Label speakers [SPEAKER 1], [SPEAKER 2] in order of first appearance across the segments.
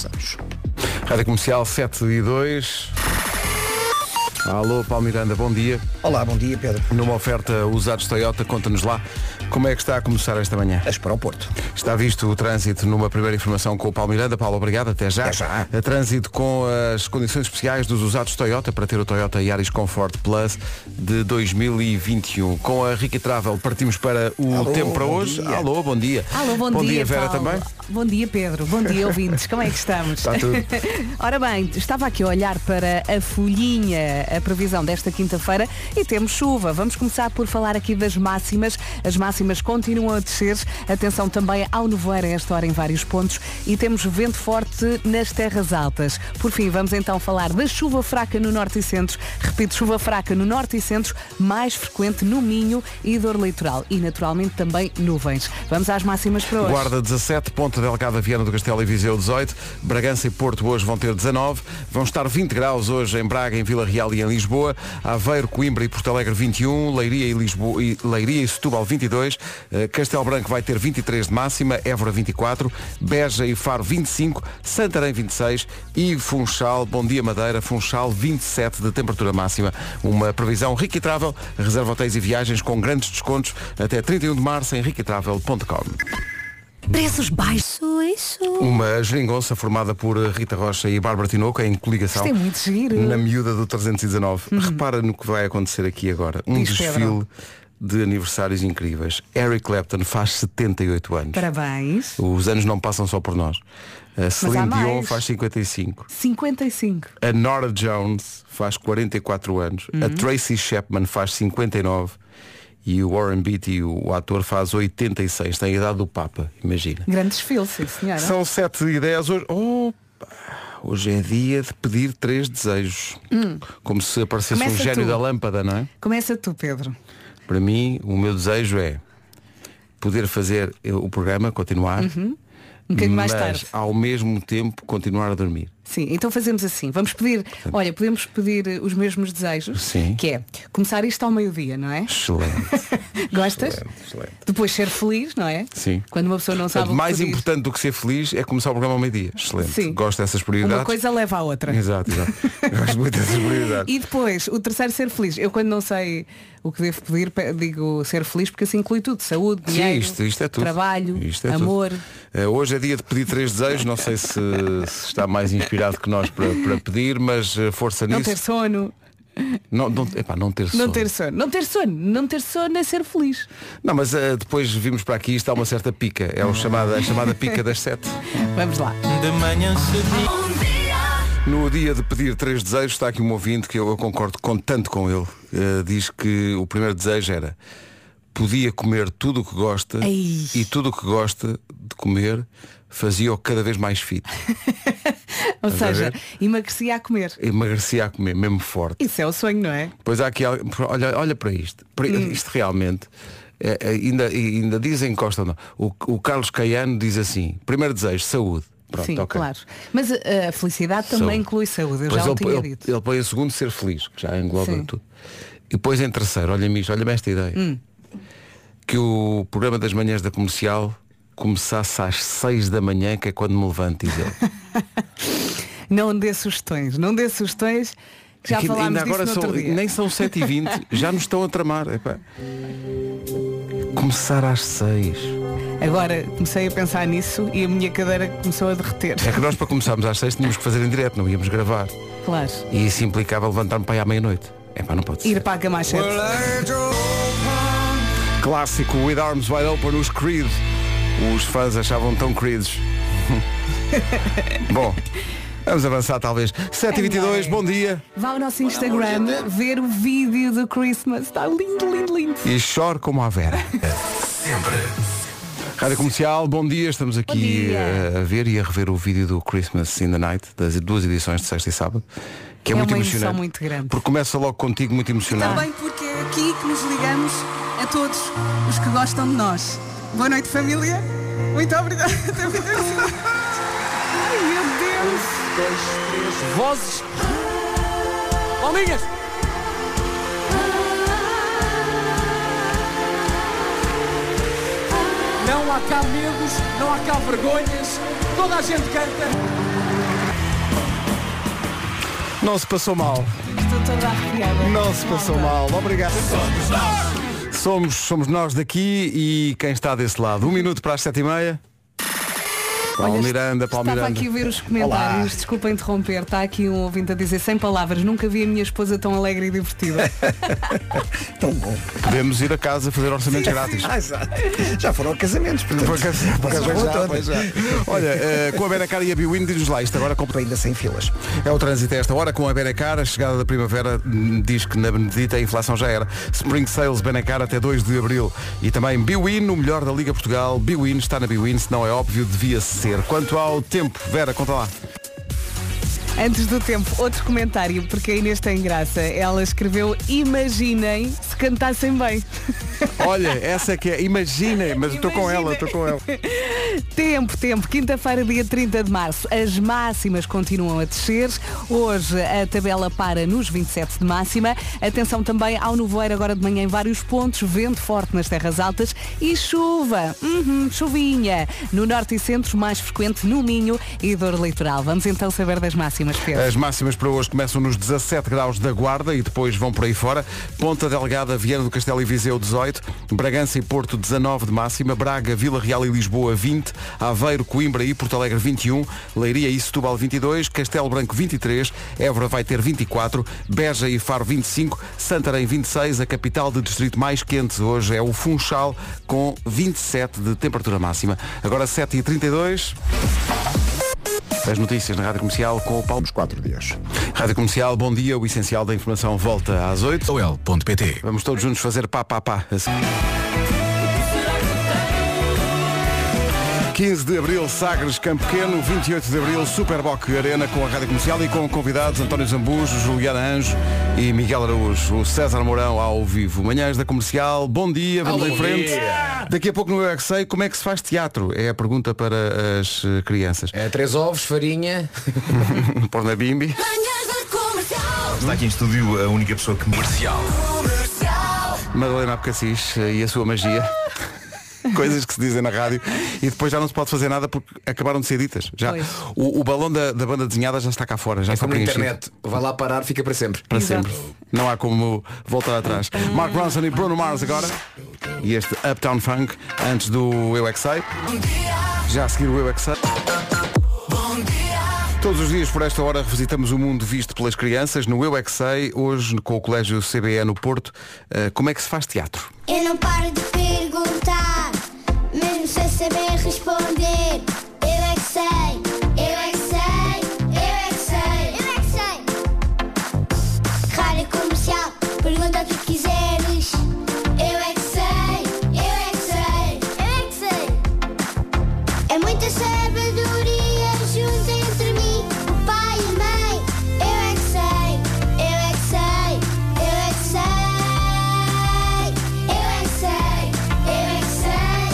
[SPEAKER 1] Santos. Rádio Comercial 7 e 2. Alô, Paulo Miranda, bom dia.
[SPEAKER 2] Olá, bom dia, Pedro.
[SPEAKER 1] Numa oferta usados Toyota, conta-nos lá como é que está a começar esta manhã.
[SPEAKER 2] As para o Porto.
[SPEAKER 1] Está visto o trânsito numa primeira informação com o Paulo Miranda. Paulo, obrigado, até já.
[SPEAKER 2] Até já.
[SPEAKER 1] A trânsito com as condições especiais dos usados Toyota para ter o Toyota Yaris Comfort Plus de 2021. Com a Rica Travel partimos para o
[SPEAKER 2] Alô,
[SPEAKER 1] tempo para
[SPEAKER 2] bom
[SPEAKER 1] hoje.
[SPEAKER 2] dia.
[SPEAKER 1] Alô, bom dia.
[SPEAKER 3] Alô, bom,
[SPEAKER 1] bom dia, Vera
[SPEAKER 3] Paulo.
[SPEAKER 1] também.
[SPEAKER 3] Bom dia, Pedro. Bom dia, ouvintes. Como é que estamos?
[SPEAKER 1] Está tudo.
[SPEAKER 3] Ora bem, estava aqui a olhar para a folhinha, a previsão desta quinta-feira e temos chuva. Vamos começar por falar aqui das máximas. As máximas continuam a descer. Atenção também ao nevoeiro a esta hora em vários pontos e temos vento forte nas terras altas. Por fim, vamos então falar da chuva fraca no norte e centro. Repito, chuva fraca no norte e centro, mais frequente no Minho e dor litoral e naturalmente também nuvens. Vamos às máximas para hoje.
[SPEAKER 1] Guarda 17, Ponta Delgada, Viana do Castelo e Viseu 18, Bragança e Porto hoje vão ter 19, vão estar 20 graus hoje em Braga, em Vila Real e em Lisboa, Aveiro, Coimbra e Porto Alegre 21, Leiria e, Lisboa, e, Leiria e Setúbal 22, eh, Castelo Branco vai ter 23 de máxima, Évora 24, Beja e Faro 25, Santarém 26 e Funchal, Bom Dia Madeira, Funchal 27 de temperatura máxima. Uma previsão Rica e Travel, reserva hotéis e viagens com grandes descontos até 31 de março em riquitravel.com.
[SPEAKER 3] Preços baixos, isso.
[SPEAKER 1] Uma geringonça formada por Rita Rocha e Bárbara Tinoco em coligação
[SPEAKER 3] Isto é muito giro. Uhum.
[SPEAKER 1] na miúda do 319. Repara no que vai acontecer aqui agora. Um
[SPEAKER 3] Diz,
[SPEAKER 1] desfile
[SPEAKER 3] Pedro.
[SPEAKER 1] de aniversários incríveis. Eric Clapton faz 78 anos.
[SPEAKER 3] Parabéns.
[SPEAKER 1] Os anos não passam só por nós. A
[SPEAKER 3] há
[SPEAKER 1] Celine
[SPEAKER 3] mais.
[SPEAKER 1] Dion faz 55.
[SPEAKER 3] 55.
[SPEAKER 1] A Nora Jones faz 44 anos.
[SPEAKER 3] Uhum.
[SPEAKER 1] A Tracy Chapman faz 59. E o Warren Beatty, o ator, faz 86. Tem a idade do Papa, imagina.
[SPEAKER 3] Grande desfile, sim, senhora.
[SPEAKER 1] São 7 e 10 hoje. Opa! Hoje é dia de pedir três desejos. Como se aparecesse um
[SPEAKER 3] Hum. Começa
[SPEAKER 1] gênio
[SPEAKER 3] tu.
[SPEAKER 1] da lâmpada, não é?
[SPEAKER 3] Começa tu, Pedro.
[SPEAKER 1] Para mim, o meu desejo é poder fazer eh, o programa, continuar,
[SPEAKER 3] Um bocadinho mais
[SPEAKER 1] mas
[SPEAKER 3] tarde.
[SPEAKER 1] ao mesmo tempo continuar a dormir.
[SPEAKER 3] Sim, então fazemos assim. Vamos pedir, olha, podemos pedir eh, os mesmos desejos,
[SPEAKER 1] Sim.
[SPEAKER 3] que é começar isto ao meio-dia, não é?
[SPEAKER 1] Excelente.
[SPEAKER 3] Gostas?
[SPEAKER 1] excelente, excelente.
[SPEAKER 3] Depois ser feliz, não é?
[SPEAKER 1] É. Sim.
[SPEAKER 3] Quando uma pessoa não
[SPEAKER 1] Portanto,
[SPEAKER 3] sabe o que
[SPEAKER 1] mais
[SPEAKER 3] pedir.
[SPEAKER 1] importante do que ser feliz é começar o programa ao meio-dia. Excelente.
[SPEAKER 3] Sim.
[SPEAKER 1] Gosto dessas prioridades.
[SPEAKER 3] Uma coisa leva à outra.
[SPEAKER 1] Exato, exato. Gosto muito dessas prioridades.
[SPEAKER 3] E depois, o terceiro ser feliz. Eu quando não sei o que devo pedir, pe- digo ser feliz porque assim inclui tudo. Saúde,
[SPEAKER 1] Sim,
[SPEAKER 3] dinheiro,
[SPEAKER 1] isto, isto é tudo.
[SPEAKER 3] trabalho,
[SPEAKER 1] Isto é tudo.
[SPEAKER 3] amor.
[SPEAKER 1] Eh, hoje é dia de pedir três desejos, não sei se, se está mais inspirado que nós para, para pedir, mas eh, força
[SPEAKER 3] Não
[SPEAKER 1] nisso.
[SPEAKER 3] ter sono.
[SPEAKER 1] Não, não, epá, não ter
[SPEAKER 3] Não
[SPEAKER 1] sono.
[SPEAKER 3] ter sono. Não ter sono. Não ter sono é ser feliz.
[SPEAKER 1] Não, mas eh, depois vimos para aqui isto há uma certa pica. É o chamada, a chamada pica das sete.
[SPEAKER 3] Vamos lá.
[SPEAKER 4] De manhã cedinho
[SPEAKER 1] No dia de pedir três desejos, está aqui um ouvinte que eu, eu concordo com, tanto com ele. Eh, diz que o primeiro desejo era podia comer tudo o que gosta
[SPEAKER 3] Ei.
[SPEAKER 1] e tudo o que gosta de comer fazia-o cada vez mais fit.
[SPEAKER 3] Ou
[SPEAKER 1] a
[SPEAKER 3] seja,
[SPEAKER 1] ver?
[SPEAKER 3] emagrecia a comer.
[SPEAKER 1] Emagrecia a comer, mesmo forte.
[SPEAKER 3] Isso é o sonho, não é?
[SPEAKER 1] Pois há aqui al- olha, olha para isto. Para-
[SPEAKER 3] Hum.
[SPEAKER 1] Isto realmente. é, é, ainda, ainda dizem que gostam não. O, o Carlos Caiano diz assim, primeiro desejo, saúde. Pronto,
[SPEAKER 3] Sim,
[SPEAKER 1] ok.
[SPEAKER 3] claro. Mas eh, a, a felicidade
[SPEAKER 1] Saúde.
[SPEAKER 3] também inclui saúde. Eu
[SPEAKER 1] Pois
[SPEAKER 3] já o
[SPEAKER 1] ele,
[SPEAKER 3] tinha
[SPEAKER 1] ele-
[SPEAKER 3] dito.
[SPEAKER 1] ele põe em segundo ser feliz, que já engloba
[SPEAKER 3] Sim. Hum.
[SPEAKER 1] tudo. E depois em terceiro, olha-me isto, olha-me esta ideia. Que o programa das manhãs da comercial começasse às 6 da manhã, que é quando me levanto, diz ele.
[SPEAKER 3] Não dê sugestões. Não dê sugestões. que Já
[SPEAKER 1] Aqui
[SPEAKER 3] falámos disso no
[SPEAKER 1] são,
[SPEAKER 3] outro dia.
[SPEAKER 1] nem são 7h20, já nos estão a tramar. epá. Começar às 6.
[SPEAKER 3] Agora comecei a pensar nisso e a minha cadeira começou a derreter.
[SPEAKER 1] É que nós para começarmos às seis tínhamos que fazer em direto, não íamos gravar.
[SPEAKER 3] Claro.
[SPEAKER 1] E isso implicava levantar-me para aí à meia-noite. É pá, não pode ser.
[SPEAKER 3] Ir para a cama às sete.
[SPEAKER 1] Clássico With Arms Wide Open, os Creed. Os fãs achavam tão queridos. Bom, vamos avançar talvez. 7h22, bom dia.
[SPEAKER 3] Vá ao nosso Instagram ver o vídeo do Christmas. Está lindo, lindo, lindo.
[SPEAKER 1] E choro como a Vera. Rádio Comercial, bom dia. Estamos aqui
[SPEAKER 3] dia.
[SPEAKER 1] eh, a ver e a rever o vídeo do Christmas in the Night, das duas edições de sexta e sábado, que é,
[SPEAKER 3] É
[SPEAKER 1] muito
[SPEAKER 3] uma emoção
[SPEAKER 1] emocionante.
[SPEAKER 3] muito grande.
[SPEAKER 1] Porque começa logo contigo muito emocionado.
[SPEAKER 3] Tá
[SPEAKER 5] Também porque é aqui que nos ligamos a todos os que gostam de nós. Boa noite, família. Muito obrigada. Ai, meu Deus.
[SPEAKER 6] Vozes. Palminhas. Não há cá medos, não há cá vergonhas. Toda a gente canta.
[SPEAKER 1] Não se passou mal.
[SPEAKER 5] Estou toda arrepiada.
[SPEAKER 1] Não se passou
[SPEAKER 5] Malta.
[SPEAKER 1] mal. Obrigado. Somos, somos nós daqui e quem está desse lado. Um minuto para as sete e meia. Paulo
[SPEAKER 3] Olha,
[SPEAKER 1] Miranda, Paulo
[SPEAKER 3] Estava
[SPEAKER 1] Miranda.
[SPEAKER 3] aqui a ver os comentários,
[SPEAKER 1] Olá.
[SPEAKER 3] desculpa interromper, está aqui um ouvinte a dizer sem palavras, nunca vi a minha esposa tão alegre e divertida.
[SPEAKER 2] Tão bom.
[SPEAKER 1] Podemos ir a casa fazer orçamentos grátis.
[SPEAKER 2] Ah, exato. Já foram casamentos, portanto.
[SPEAKER 1] Por acaso- por acaso
[SPEAKER 2] Passou
[SPEAKER 1] vai já,
[SPEAKER 2] todas.
[SPEAKER 1] vai já. Olha, eh, com a Benacar e a Biwin, diz-nos lá, isto agora compra
[SPEAKER 2] Ainda sem filas.
[SPEAKER 1] É o trânsito a esta hora com a Benacar. A chegada da primavera hum, diz que na Benedita a inflação já era. Spring Sales Benacar até 2 de abril. E também Biwin, o melhor da Liga Portugal. Biwin está na Biwin, se não é óbvio, devia ser. Quanto ao tempo, Vera, conta lá.
[SPEAKER 3] Antes do tempo, outro comentário, porque a Inês tem graça. Ela escreveu, imaginem se cantassem bem.
[SPEAKER 1] Olha, essa é que é. Imaginem, mas estou com ela, estou com ela.
[SPEAKER 3] Tempo, tempo. Quinta-feira, dia 30 de março. As máximas continuam a descer. Hoje a tabela para nos 27 de máxima. Atenção também ao nevoeiro agora de manhã em vários pontos. Vento forte nas terras altas e chuva. Uhum, chuvinha. No norte e centro, mais frequente no Minho e dor litoral. Vamos então saber das máximas, Pedro.
[SPEAKER 1] As máximas para hoje começam nos 17 graus da Guarda e depois vão por aí fora. Ponta Delgada, Viana do Castelo e Viseu 18, Bragança e Porto 19 de máxima, Braga, Vila Real e Lisboa 20, Aveiro, Coimbra e Porto Alegre 21, Leiria e Setúbal 22, Castelo Branco 23, Évora vai ter 24, Beja e Faro 25, Santarém 26, a capital de distrito mais quente hoje é o Funchal com 27 de temperatura máxima. Agora 7h32. As notícias na Rádio Comercial com o Paulo
[SPEAKER 2] Os quatro dias.
[SPEAKER 1] Rádio Comercial, bom dia. O essencial da informação volta às 8.
[SPEAKER 4] ol.pt
[SPEAKER 1] Vamos todos juntos fazer pá, pá, pá. assim. A seguir. 15 de Abril, Sagres, Campo Pequeno, 28 de Abril, Superboc Arena com a Rádio Comercial e com convidados António Zambujo, Juliana Anjo e Miguel Araújo, o César Mourão ao vivo. Manhãs da Comercial, bom dia, vamos em frente. Daqui a pouco no Eu É Que Sei, como é que se faz teatro? É a pergunta para as eh, crianças.
[SPEAKER 7] É, três ovos, farinha.
[SPEAKER 1] Por um na bimbi.
[SPEAKER 4] Está aqui em estúdio a única pessoa que comercial.
[SPEAKER 1] Madalena Abcacis eh, e a sua magia. Coisas que se dizem na rádio e depois já não se pode fazer nada porque acabaram de ser ditas. Já,
[SPEAKER 3] Pois.
[SPEAKER 1] o, o balão da, da banda desenhada já está cá fora, já está
[SPEAKER 7] Como na
[SPEAKER 1] preenchido
[SPEAKER 7] internet. Vai lá parar, fica para sempre.
[SPEAKER 1] para
[SPEAKER 3] Exato.
[SPEAKER 1] sempre. Não há como voltar atrás. Mark Ronson e Bruno Mars agora. E este Uptown Funk antes do Eu É Que Sei. Já a seguir o Eu É Que Sei. Todos os dias por esta hora revisitamos o mundo visto pelas crianças no Eu É Que Sei, hoje com o Colégio CBE no Porto. Eh, como é que se faz teatro?
[SPEAKER 8] Eu não paro de perguntar, mesmo sem saber responder. Eu é que sei, eu é que sei, eu é que sei, eu é que sei. Rádio comercial, pergunta o que quiseres. Eu é que sei, eu é que sei, eu é que sei. É muita sabedoria junto entre mim, o pai e a mãe. Eu é que sei, eu é que sei, eu é que sei. Eu é que sei, e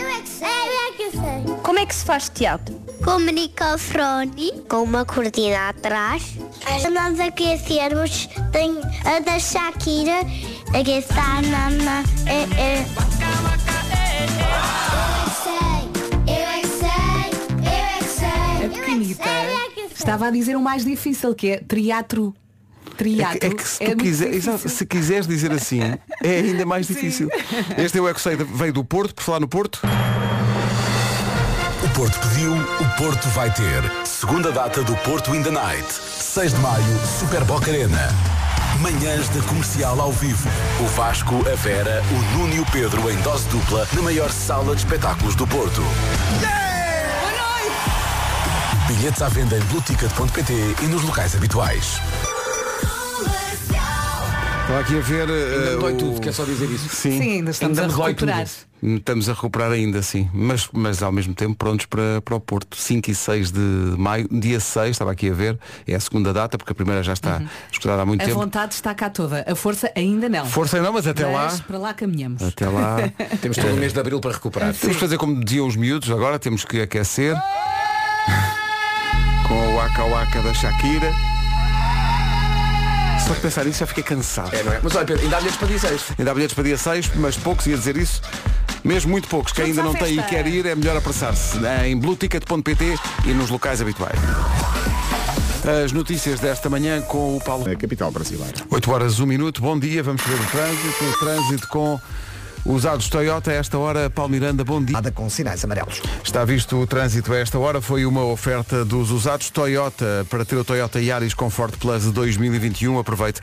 [SPEAKER 8] eu é que sei, eu é que e sei, eu é que sei, eu é que sei.
[SPEAKER 9] Como é que se faz teatro?
[SPEAKER 8] Com um microfone, com uma cortina atrás. Para nós aquecermos, tem a da Shakira, a que está na. na é, é. Eu é que sei, eu é que sei, eu é que sei.
[SPEAKER 3] A pequenita estava a dizer o mais difícil, que é triatro.
[SPEAKER 1] É
[SPEAKER 3] Triatro.
[SPEAKER 1] que, é que se, tu
[SPEAKER 3] muito
[SPEAKER 1] quiser-
[SPEAKER 3] difícil.
[SPEAKER 1] exato, se quiseres dizer assim, é ainda mais difícil. Este é o Ecosei, veio do Porto, por falar no Porto.
[SPEAKER 4] O Porto pediu, o Porto vai ter. Segunda data do Porto in the Night. 6 de maio, Super Boca Arena. Manhãs da comercial ao vivo. O Vasco, a Vera, o Nuno e o Pedro em dose dupla na maior sala de espetáculos do Porto. Bilhetes à venda em blueticket.pt e nos locais habituais.
[SPEAKER 1] Estava aqui a ver. eh,
[SPEAKER 7] Ainda me dói
[SPEAKER 1] o-
[SPEAKER 7] tudo, quer só dizer isso.
[SPEAKER 1] Sim.
[SPEAKER 3] Sim, ainda estamos
[SPEAKER 7] Ainda me
[SPEAKER 3] a
[SPEAKER 7] dói
[SPEAKER 3] recuperar.
[SPEAKER 1] Estamos a recuperar ainda, sim. Mas, mas ao mesmo tempo prontos para, para o Porto. 5 e 6 de maio, dia 6, estava aqui a ver, é a segunda data, porque a primeira já está escutada há muito
[SPEAKER 3] A
[SPEAKER 1] tempo.
[SPEAKER 3] Uhum. É vontade está cá toda, a força ainda não.
[SPEAKER 1] Força não, mas até
[SPEAKER 3] Mas
[SPEAKER 1] lá.
[SPEAKER 3] para lá caminhamos.
[SPEAKER 1] Até lá.
[SPEAKER 7] Temos todo o mês de abril para recuperar.
[SPEAKER 1] Temos que fazer como diziam os miúdos agora, temos que aquecer. Com o Waka Waka da Shakira. Só de pensar nisso já fiquei cansado.
[SPEAKER 7] É, não é? Mas olha, Pedro, ainda há bilhetes para 16.
[SPEAKER 1] Ainda há bilhetes para dia 6, mas poucos, ia dizer isso. Mesmo muito poucos, quem
[SPEAKER 3] Juntos
[SPEAKER 1] ainda
[SPEAKER 3] à
[SPEAKER 1] não tem e
[SPEAKER 3] festa.
[SPEAKER 1] quer ir, é melhor apressar-se em blueticket.pt e nos locais habituais. As notícias desta manhã com o Paulo.
[SPEAKER 9] A capital brasileira.
[SPEAKER 1] 8 horas, 1 minuto. Bom dia, vamos ver o trânsito. O trânsito com usados Toyota. A esta hora, Paulo Miranda, bom dia.
[SPEAKER 2] Nada com sinais amarelos.
[SPEAKER 1] Está visto o trânsito a esta hora. Foi uma oferta dos usados Toyota para ter o Toyota Yaris Comfort Plus de 2021. Aproveite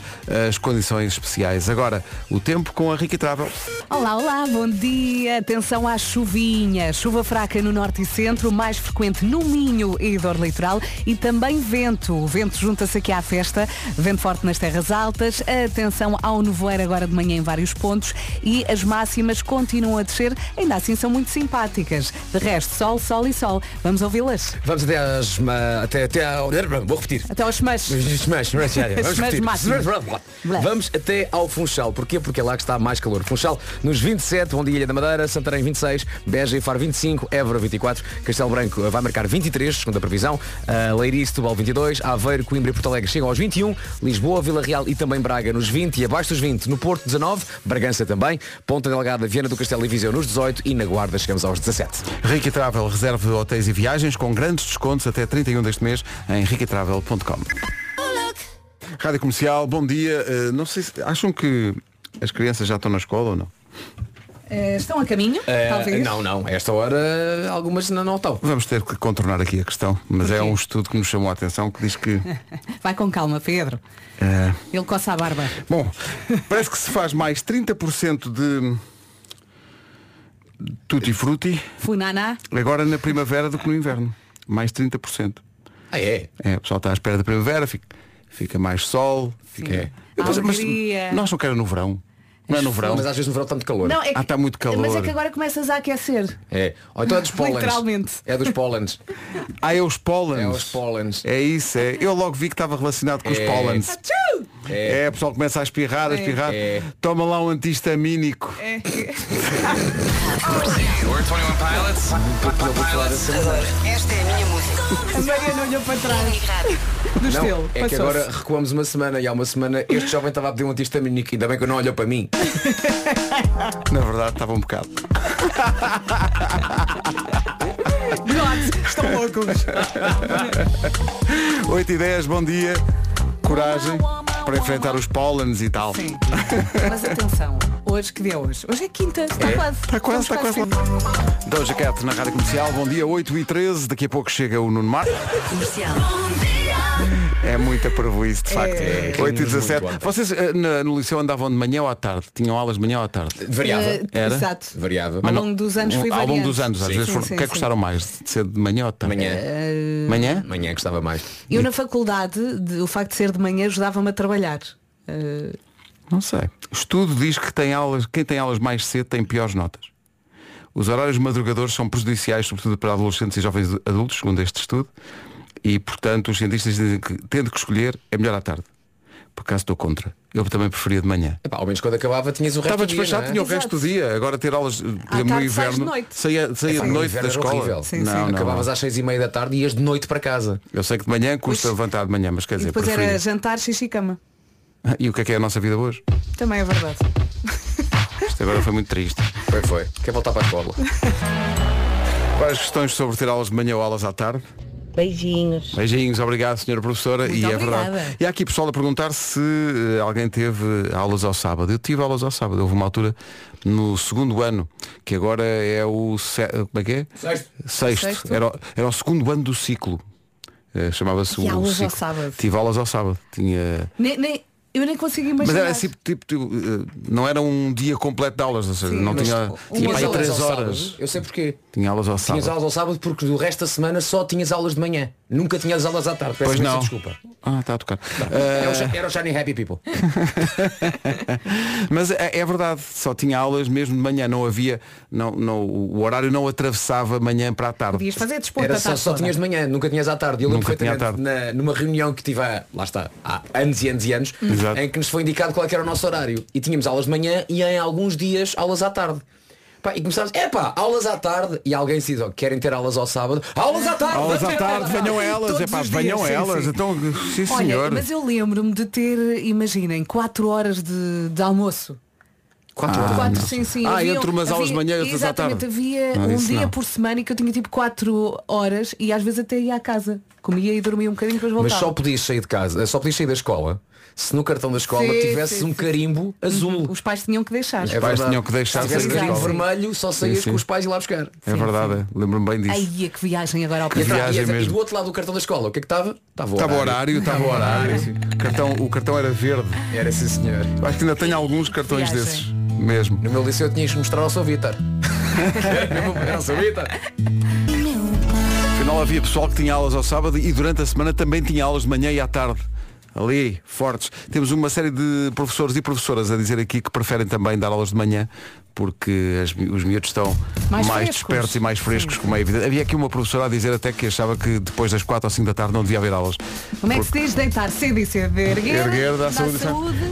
[SPEAKER 1] as condições especiais. Agora, o tempo com a Rica Travel.
[SPEAKER 3] Olá, olá, bom dia. Atenção à chuvinha. Chuva fraca no norte e centro, mais frequente no Minho e dor litoral e também vento. O vento junta-se aqui à festa. Vento forte nas terras altas. Atenção ao nevoeiro agora de manhã em vários pontos e as máximas continuam a descer. Ainda assim são muito simpáticas. De resto, sol, sol e sol. Vamos ouvi-las.
[SPEAKER 7] Vamos até às... ma- Até, até ao... Vou repetir.
[SPEAKER 3] Até aos machos.
[SPEAKER 7] Smash, smash, já, já. Vamos
[SPEAKER 3] Smash
[SPEAKER 7] repetir.
[SPEAKER 3] máximo.
[SPEAKER 7] Smash, Vamos até ao Funchal. Porquê? Porque é lá que está mais calor. Funchal nos 27, Bom Dia Ilha da Madeira, Santarém 26, Beja e Faro 25, Évora 24, Castelo Branco eh, vai marcar 23, segundo a previsão, uh, Leiria e Setúbal 22, Aveiro, Coimbra e Porto Alegre chegam aos 21, Lisboa, Vila Real e também Braga nos 20 e abaixo dos 20, no Porto 19, Bragança também, Ponta Delgada, Viana do Castelo e Viseu nos 18 e na Guarda chegamos aos 17.
[SPEAKER 1] Rica Travel reserve hotéis e viagens com grandes descontos até 31 deste mês em ricatravel.com. Rádio Comercial, bom dia. Eh, não sei se acham que as crianças já estão na escola ou não?
[SPEAKER 3] Eh, estão a caminho, talvez.
[SPEAKER 7] Eh, não, não, a esta hora algumas não, não estão.
[SPEAKER 1] Vamos ter que contornar aqui a questão, mas é
[SPEAKER 3] Porquê?
[SPEAKER 1] um estudo que nos chamou a atenção que diz que.
[SPEAKER 3] Vai com calma, Pedro.
[SPEAKER 1] eh,
[SPEAKER 3] Ele coça a barba.
[SPEAKER 1] bom, parece que se faz mais 30% de tutti frutti
[SPEAKER 3] Funaná.
[SPEAKER 1] agora na primavera do que no inverno. Mais 30%.
[SPEAKER 7] Ah, é?
[SPEAKER 1] É, o pessoal está à espera da primavera, fica, fica mais sol, fica. É. Eu penso, mas
[SPEAKER 3] Alegria.
[SPEAKER 1] nós não queremos no verão. Não é no verão.
[SPEAKER 7] Mas às vezes no verão está muito calor.
[SPEAKER 3] Não, é
[SPEAKER 1] Ah,
[SPEAKER 3] que-
[SPEAKER 1] está muito calor.
[SPEAKER 3] Mas é que agora começas a aquecer.
[SPEAKER 7] É. Ou então é dos pólenes.
[SPEAKER 3] Literalmente.
[SPEAKER 7] É dos pólenes.
[SPEAKER 1] Ah, é os pólenes.
[SPEAKER 7] É os pólenes.
[SPEAKER 1] É isso, é. Eu logo vi que estava relacionado com os
[SPEAKER 7] É.
[SPEAKER 1] pólenes. É. o pessoal começa a espirrar, a espirrar.
[SPEAKER 7] É.
[SPEAKER 1] Toma lá um antihistamínico.
[SPEAKER 3] É.
[SPEAKER 10] Esta é a minha música. A Maria não olhou para trás.
[SPEAKER 3] Do
[SPEAKER 7] Não,
[SPEAKER 3] estilo.
[SPEAKER 7] é que
[SPEAKER 3] Passou-se.
[SPEAKER 7] agora recuamos uma semana e há uma semana este jovem estava a pedir um antihistamínico, ainda bem que não olhou para mim.
[SPEAKER 1] Na verdade, estava um bocado.
[SPEAKER 3] Pronto, estão loucos.
[SPEAKER 1] 8 e 10, bom dia. Coragem para enfrentar os pólenes e tal.
[SPEAKER 3] Sim. Mas atenção, hoje que dia é hoje? Hoje é quinta, está quase.
[SPEAKER 1] Está quase, está quase lá. Doja Cat na Rádio Comercial, bom dia, 8 e 13, daqui a pouco chega o Nuno Marco.
[SPEAKER 10] Comercial.
[SPEAKER 1] É muita prejuízo, de facto.
[SPEAKER 7] É,
[SPEAKER 1] 8 e
[SPEAKER 7] rimos
[SPEAKER 1] 17.
[SPEAKER 7] muito ontem.
[SPEAKER 1] Vocês eh, na- no liceu andavam de manhã ou à tarde? Tinham aulas de manhã ou à tarde?
[SPEAKER 7] Variava.
[SPEAKER 3] Eh,
[SPEAKER 1] Era?
[SPEAKER 3] Exato.
[SPEAKER 7] Variava.
[SPEAKER 3] Ao
[SPEAKER 7] Mas
[SPEAKER 1] não-
[SPEAKER 3] longo dos anos foi
[SPEAKER 1] Ao longo
[SPEAKER 3] variante.
[SPEAKER 1] dos anos, às
[SPEAKER 7] Sim.
[SPEAKER 1] vezes
[SPEAKER 3] Sim,
[SPEAKER 1] foram. O
[SPEAKER 3] sim,
[SPEAKER 1] que é que
[SPEAKER 3] sim.
[SPEAKER 1] gostaram mais? De ser de manhã ou de tarde?
[SPEAKER 3] eh,
[SPEAKER 7] Amanhã.
[SPEAKER 1] Manhã?
[SPEAKER 7] Amanhã gostava mais.
[SPEAKER 3] Eu na faculdade, de- o facto de ser de manhã ajudava-me a trabalhar. Eh,
[SPEAKER 1] Não sei. Estudo diz que tem aulas, quem tem aulas mais cedo tem piores notas. Os horários madrugadores são prejudiciais, sobretudo para adolescentes e jovens adultos, segundo este estudo, e portanto os cientistas dizem que tendo que escolher é melhor à tarde. Por acaso estou contra. Eu também preferia de manhã.
[SPEAKER 7] Epá, ao menos quando acabava tinhas o resto
[SPEAKER 1] Estava
[SPEAKER 7] do dia,
[SPEAKER 1] despachado,
[SPEAKER 7] não é?
[SPEAKER 1] tinha o resto do dia. Agora ter aulas, eh, por exemplo, no
[SPEAKER 3] tarde sais de
[SPEAKER 1] inverno,
[SPEAKER 3] noite.
[SPEAKER 1] saía, saía
[SPEAKER 7] Epá,
[SPEAKER 1] de
[SPEAKER 7] no
[SPEAKER 1] noite da
[SPEAKER 7] inverno era
[SPEAKER 1] escola.
[SPEAKER 7] horrível.
[SPEAKER 3] Sim,
[SPEAKER 1] não,
[SPEAKER 3] sim.
[SPEAKER 1] não,
[SPEAKER 7] Acabavas
[SPEAKER 1] não.
[SPEAKER 7] às seis e meia da tarde e ias de noite para casa.
[SPEAKER 1] Eu sei que de manhã custa
[SPEAKER 3] Pois.
[SPEAKER 1] levantar de manhã, mas é quer
[SPEAKER 3] e
[SPEAKER 1] dizer,
[SPEAKER 3] depois
[SPEAKER 1] preferia.
[SPEAKER 3] era jantar, xixi e cama.
[SPEAKER 1] E o que é que é a nossa vida hoje?
[SPEAKER 3] Também é verdade.
[SPEAKER 1] Isto agora foi muito triste.
[SPEAKER 7] Foi, foi. Quer voltar para a escola?
[SPEAKER 1] Várias questões sobre ter aulas de manhã ou aulas à tarde.
[SPEAKER 10] Beijinhos.
[SPEAKER 1] Beijinhos, obrigado senhora professora e é
[SPEAKER 3] obrigada.
[SPEAKER 1] verdade. E há aqui pessoal a perguntar se eh, alguém teve aulas ao sábado. Eu tive aulas ao sábado, houve uma altura no segundo ano, que agora é o se... como é que é?
[SPEAKER 7] Sexto.
[SPEAKER 1] Sexto.
[SPEAKER 3] Sexto.
[SPEAKER 1] Era, o- era o segundo ano do ciclo. Eh, Chamava-se
[SPEAKER 3] E
[SPEAKER 1] o
[SPEAKER 3] aulas ao
[SPEAKER 1] ciclo.
[SPEAKER 3] sábado?
[SPEAKER 1] Tive aulas ao sábado. Tinha...
[SPEAKER 3] Nem- nem- eu nem consigo
[SPEAKER 1] Mas
[SPEAKER 3] imaginar.
[SPEAKER 1] era assim, tipo, tipo, eh, não era um dia completo de aulas, ou seja, não
[SPEAKER 3] mas
[SPEAKER 1] tinha,
[SPEAKER 3] um-
[SPEAKER 1] tinha
[SPEAKER 3] umas
[SPEAKER 1] para aí
[SPEAKER 3] aulas
[SPEAKER 1] três
[SPEAKER 7] ao sábado.
[SPEAKER 1] horas.
[SPEAKER 7] Eu sei porquê.
[SPEAKER 1] Tinha aulas ao sábado.
[SPEAKER 7] Tinhas aulas ao sábado porque do resto da semana só tinhas aulas de manhã. Nunca tinhas aulas à tarde. Peço
[SPEAKER 1] Pois
[SPEAKER 7] imensa
[SPEAKER 1] não.
[SPEAKER 7] Desculpa.
[SPEAKER 1] Ah, está a tocar. Eh,
[SPEAKER 7] Era o shi- Era o Shiny Happy People.
[SPEAKER 1] Mas é, é verdade, só tinha aulas mesmo de manhã, não havia, não, não, o horário não atravessava manhã para a tarde.
[SPEAKER 3] Podias fazer desporto
[SPEAKER 7] Era
[SPEAKER 3] a
[SPEAKER 7] só,
[SPEAKER 3] tarde
[SPEAKER 7] só
[SPEAKER 3] toda.
[SPEAKER 7] tinhas de manhã, nunca tinhas à tarde. Eu lembro
[SPEAKER 1] Nunca tinha à
[SPEAKER 7] perfeitamente na- numa reunião que tive há, lá está, há anos e anos e anos,
[SPEAKER 1] Hum. Exato.
[SPEAKER 7] em que nos foi indicado qual é que era o nosso horário. E tínhamos aulas de manhã e em alguns dias aulas à tarde. Pá, e começámos, epá, aulas à tarde e alguém se diz, ó, querem ter aulas ao sábado? Aulas à tarde!
[SPEAKER 1] Aulas à tarde, venham elas,
[SPEAKER 3] Todos
[SPEAKER 1] é pá,
[SPEAKER 3] os
[SPEAKER 1] venham
[SPEAKER 3] dias, sim,
[SPEAKER 1] elas,
[SPEAKER 3] sim.
[SPEAKER 1] então sim
[SPEAKER 3] Olha,
[SPEAKER 1] senhor.
[SPEAKER 3] mas eu lembro-me de ter, imaginem, 4 horas de, de almoço.
[SPEAKER 1] 4
[SPEAKER 3] quatro, sim, sim.
[SPEAKER 1] Ah,
[SPEAKER 3] Havia- um-
[SPEAKER 1] entre umas aulas de
[SPEAKER 3] havia-
[SPEAKER 1] manhã e outras à
[SPEAKER 3] Exatamente,
[SPEAKER 1] tarde.
[SPEAKER 3] havia
[SPEAKER 1] Não,
[SPEAKER 3] um
[SPEAKER 1] isso
[SPEAKER 3] dia
[SPEAKER 1] não.
[SPEAKER 3] por semana que eu tinha tipo 4 horas e às vezes até ia à casa. Comia e dormia um bocadinho, depois voltava.
[SPEAKER 7] Mas só podias sair de casa, só podias sair da escola se no cartão da escola
[SPEAKER 3] Sim,
[SPEAKER 7] tivesse
[SPEAKER 3] sim, Uhum.
[SPEAKER 7] um
[SPEAKER 3] sim.
[SPEAKER 7] carimbo azul.
[SPEAKER 3] Os pais tinham que deixar.
[SPEAKER 1] É pais
[SPEAKER 7] verdade.
[SPEAKER 1] tinham que deixar
[SPEAKER 7] Se tivesse
[SPEAKER 1] sair da
[SPEAKER 7] carimbo
[SPEAKER 1] escola.
[SPEAKER 7] vermelho, só saías
[SPEAKER 1] Sim, sim.
[SPEAKER 7] com os pais ir lá buscar.
[SPEAKER 1] É verdade, lembro-me bem disso.
[SPEAKER 3] Ai, que viagem agora ao
[SPEAKER 7] E,
[SPEAKER 3] pé.
[SPEAKER 1] viagem
[SPEAKER 7] atrás- e- e
[SPEAKER 1] mesmo.
[SPEAKER 7] do outro lado do cartão da escola, o que é que estava? Estava o
[SPEAKER 1] Estava o horário, estava o horário. O cartão, o cartão era verde.
[SPEAKER 7] Era sim senhor.
[SPEAKER 1] Eu Acho que ainda tenho alguns cartões
[SPEAKER 3] Viagem.
[SPEAKER 1] desses. Mesmo.
[SPEAKER 7] No meu liceu tinhas que mostrar ao seu Vitor. ao seu Vitor.
[SPEAKER 1] Afinal havia pessoal que tinha aulas ao sábado e durante a semana também tinha aulas de manhã e à tarde. Ali, fortes. Temos uma série de professores e professoras a dizer aqui que preferem também dar aulas de manhã porque as mi- os miúdos estão mais,
[SPEAKER 3] Mais frescos.
[SPEAKER 1] despertos e mais frescos, como é evidente. Havia aqui uma professora a dizer até que achava que depois das 4 ou 5 da tarde não devia haver aulas.
[SPEAKER 3] Como é que se diz? Deitar cedo e cedo. Erguer,
[SPEAKER 1] Erguer, dá saúde.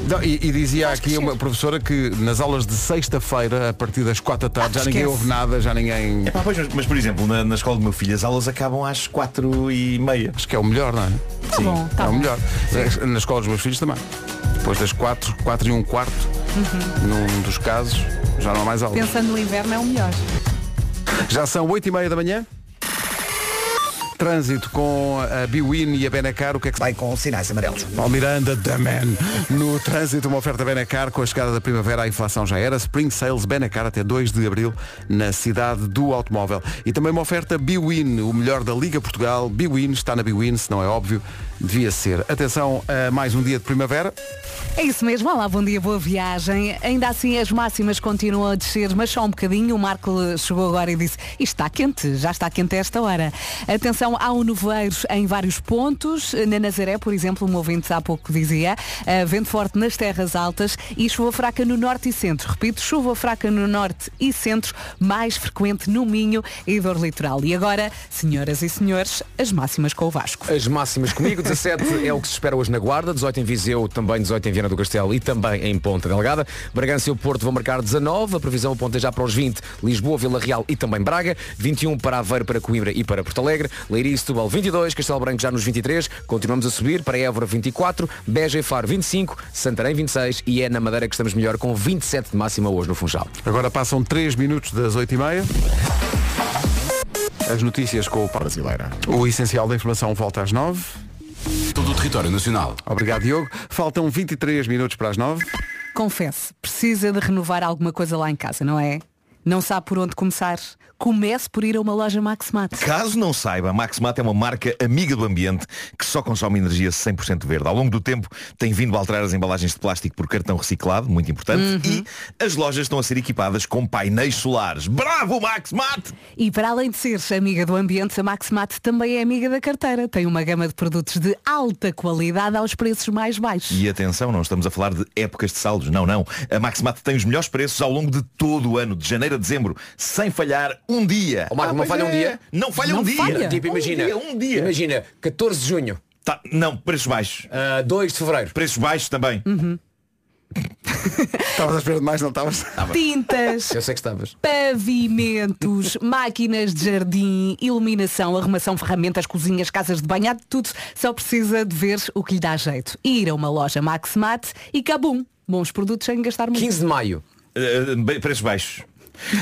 [SPEAKER 1] Não, e, e dizia
[SPEAKER 3] Faz
[SPEAKER 1] aqui uma
[SPEAKER 3] crescer.
[SPEAKER 1] professora que nas aulas de sexta-feira, a partir das 4 da tarde, já ninguém
[SPEAKER 3] Ah, esquece.
[SPEAKER 1] ouve nada, já ninguém.
[SPEAKER 9] Epá, Ah, pois, mas, mas, por exemplo, na, na escola do meu filho as aulas acabam às quatro e meia.
[SPEAKER 1] Acho que é o melhor, não é?
[SPEAKER 3] Tá bom, tá
[SPEAKER 1] é o
[SPEAKER 3] bom.
[SPEAKER 1] melhor. Na escola dos meus filhos também. Depois das 4, 4 e um quarto,
[SPEAKER 3] Uhum.
[SPEAKER 1] num dos casos, já não há mais aulas.
[SPEAKER 3] Pensando no inverno é o melhor.
[SPEAKER 1] Já são 8 e meia da manhã. Trânsito com a Biwin e a Benacar, o que é que se
[SPEAKER 2] Vai com sinais amarelos.
[SPEAKER 1] Paulo Miranda, the man. No trânsito, uma oferta Benacar com a chegada da primavera, a inflação já era. Spring Sales Benacar até 2 de abril na cidade do automóvel. E também uma oferta Biwin, o melhor da Liga Portugal. Biwin está na Biwin, se não é óbvio, devia ser. Atenção a mais um dia de primavera.
[SPEAKER 3] É isso mesmo, olá, bom dia, boa viagem. Ainda assim as máximas continuam a descer, mas só um bocadinho. O Marco chegou agora e disse, "Isto está quente, já está quente a esta hora. Atenção, há um nevoeiro em vários pontos. Na Nazaré, por exemplo, um ouvinte há pouco dizia, eh, vento forte nas terras altas e chuva fraca no norte e centro. Repito, chuva fraca no norte e centro, mais frequente no Minho e dor litoral. E agora, senhoras e senhores, as máximas com o Vasco.
[SPEAKER 7] As máximas comigo, 17 é o que se espera hoje na Guarda, 18 em Viseu, também 18 em Viana do Castelo e também em Ponta Delgada. Bragança e o Porto vão marcar 19, a previsão aponta já para os 20, Lisboa, Vila Real e também Braga, 21 para Aveiro, para Coimbra e para Porto Alegre, Leiria e Setúbal 22, Castelo Branco já nos 23, continuamos a subir para Évora 24, Beja e Faro 25, Santarém 26 e é na Madeira que estamos melhor com 27 de máxima hoje no Funchal.
[SPEAKER 1] Agora passam 3 minutos das 8 e meia. As notícias com o Paulo Brasileira. O essencial da informação volta às 9.
[SPEAKER 4] Todo o território nacional.
[SPEAKER 1] Obrigado, Diogo. Faltam 23 minutos para as 9.
[SPEAKER 3] confesse, precisa de renovar alguma coisa lá em casa, não é? Não sabe por onde começar? Comece por ir a uma loja Max Max.
[SPEAKER 9] Caso não saiba, a Maxmat é uma marca amiga do ambiente que só consome energia 100% verde. Ao longo do tempo tem vindo a alterar as embalagens de plástico por cartão reciclado, muito importante, e as lojas estão a ser equipadas com painéis solares. Bravo, Maxmat!
[SPEAKER 3] E para além de ser amiga do ambiente, a Max Max também é amiga da carteira. Tem uma gama de produtos de alta qualidade aos preços mais baixos.
[SPEAKER 9] E atenção, não estamos a falar de épocas de saldos, não, não. A Maxmat tem os melhores preços ao longo de todo o ano, de janeiro a dezembro, sem falhar um dia.
[SPEAKER 7] Ó, Marco, não
[SPEAKER 9] pois
[SPEAKER 7] falha um dia?
[SPEAKER 9] Não falha
[SPEAKER 3] Não
[SPEAKER 9] um dia.
[SPEAKER 3] falha.
[SPEAKER 7] Tipo, imagina,
[SPEAKER 9] Um dia, um dia.
[SPEAKER 7] imagina, 14 de junho,
[SPEAKER 9] Tá, não, preços baixos.
[SPEAKER 7] ah, 2 de fevereiro.
[SPEAKER 9] Preços baixos também.
[SPEAKER 1] Estavas à espera de mais, não estavas?
[SPEAKER 3] Tintas,
[SPEAKER 7] Eu sei que estavas.
[SPEAKER 3] pavimentos, máquinas de jardim, iluminação, arrumação, ferramentas, cozinhas, casas de banho, há de tudo. Só precisa de ver o que lhe dá jeito. Ir a uma loja Max Max e cabum. Bons produtos sem gastar muito.
[SPEAKER 7] 15 de maio.
[SPEAKER 9] Uh, bem- preços baixos.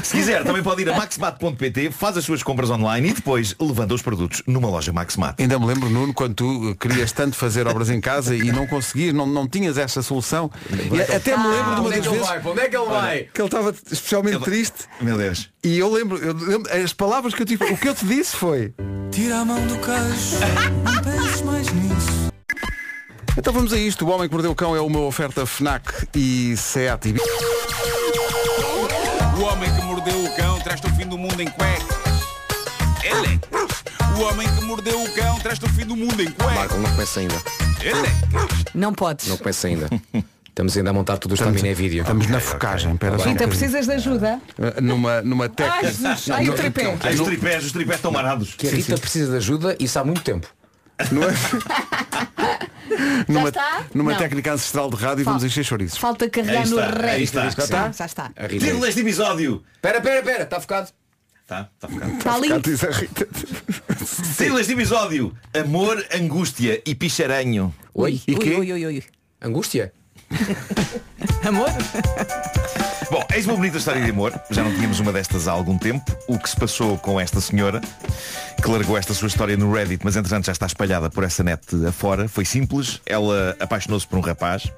[SPEAKER 9] Se quiser, também pode ir a maxmat.pt, faz as suas compras online e depois levanta os produtos numa loja Maxmat.
[SPEAKER 1] Ainda me lembro, Nuno, quando tu eh, querias tanto fazer obras em casa e não conseguias, não, não tinhas essa solução. E até me lembro de uma
[SPEAKER 7] Onde é
[SPEAKER 1] das
[SPEAKER 7] que ele
[SPEAKER 1] vezes
[SPEAKER 7] vai? Para Onde é que ele vai?
[SPEAKER 1] que ele estava especialmente triste
[SPEAKER 9] Meu Deus.
[SPEAKER 1] e eu lembro, eu lembro- as palavras que eu tive, o que eu te disse foi.
[SPEAKER 6] Tira a mão do queixo, não penses mais nisso.
[SPEAKER 1] Então vamos a isto, o homem que mordeu o cão é uma oferta FNAC e SEAT. E-
[SPEAKER 11] O homem que mordeu o cão traz-te o fim do mundo em cuecas. Elecas. O homem que mordeu o cão traz-te o fim do mundo em cuecas. é.
[SPEAKER 7] Marco, não começa ainda.
[SPEAKER 11] Elecas.
[SPEAKER 3] Não podes.
[SPEAKER 7] Não começa ainda. Estamos ainda a montar tudo o estamina em vídeo.
[SPEAKER 1] Estamos na focagem, espera só um
[SPEAKER 3] Rita,
[SPEAKER 1] bocadinho.
[SPEAKER 3] precisas de ajuda?
[SPEAKER 1] Eh, Numa, numa
[SPEAKER 3] Então Ai,
[SPEAKER 1] técnica.
[SPEAKER 3] Jesus, ai, o tripé.
[SPEAKER 9] Ai, os tripés, os tripés estão marados.
[SPEAKER 7] Que a Rita precisa de ajuda, isso há muito tempo.
[SPEAKER 1] Numa,
[SPEAKER 3] está?
[SPEAKER 1] numa
[SPEAKER 3] Não.
[SPEAKER 1] técnica ancestral de rádio vamos encher chouriços.
[SPEAKER 3] Falta
[SPEAKER 9] Aí
[SPEAKER 3] carregar é no
[SPEAKER 9] está, aí
[SPEAKER 3] resto.
[SPEAKER 9] está.
[SPEAKER 3] Já
[SPEAKER 1] é
[SPEAKER 9] Já
[SPEAKER 3] está.
[SPEAKER 9] está?
[SPEAKER 3] Já está.
[SPEAKER 7] A Rita.
[SPEAKER 9] Título deste episódio.
[SPEAKER 7] Pera, pera, pera, está focado.
[SPEAKER 9] Tá, tá focado.
[SPEAKER 3] Está ali.
[SPEAKER 1] Cá diz a Rita.
[SPEAKER 9] Título deste episódio. Amor, angústia e picharanho.
[SPEAKER 7] Oi,
[SPEAKER 1] E quê?
[SPEAKER 3] Ui, ui, ui, ui.
[SPEAKER 7] angústia.
[SPEAKER 3] Amor?
[SPEAKER 9] Bom, eis uma bonita história de amor. Já não tínhamos uma destas há algum tempo. O que se passou com esta senhora, que largou esta sua história no Reddit, mas entretanto já está espalhada por essa net afora, foi simples. Ela apaixonou-se por um rapaz.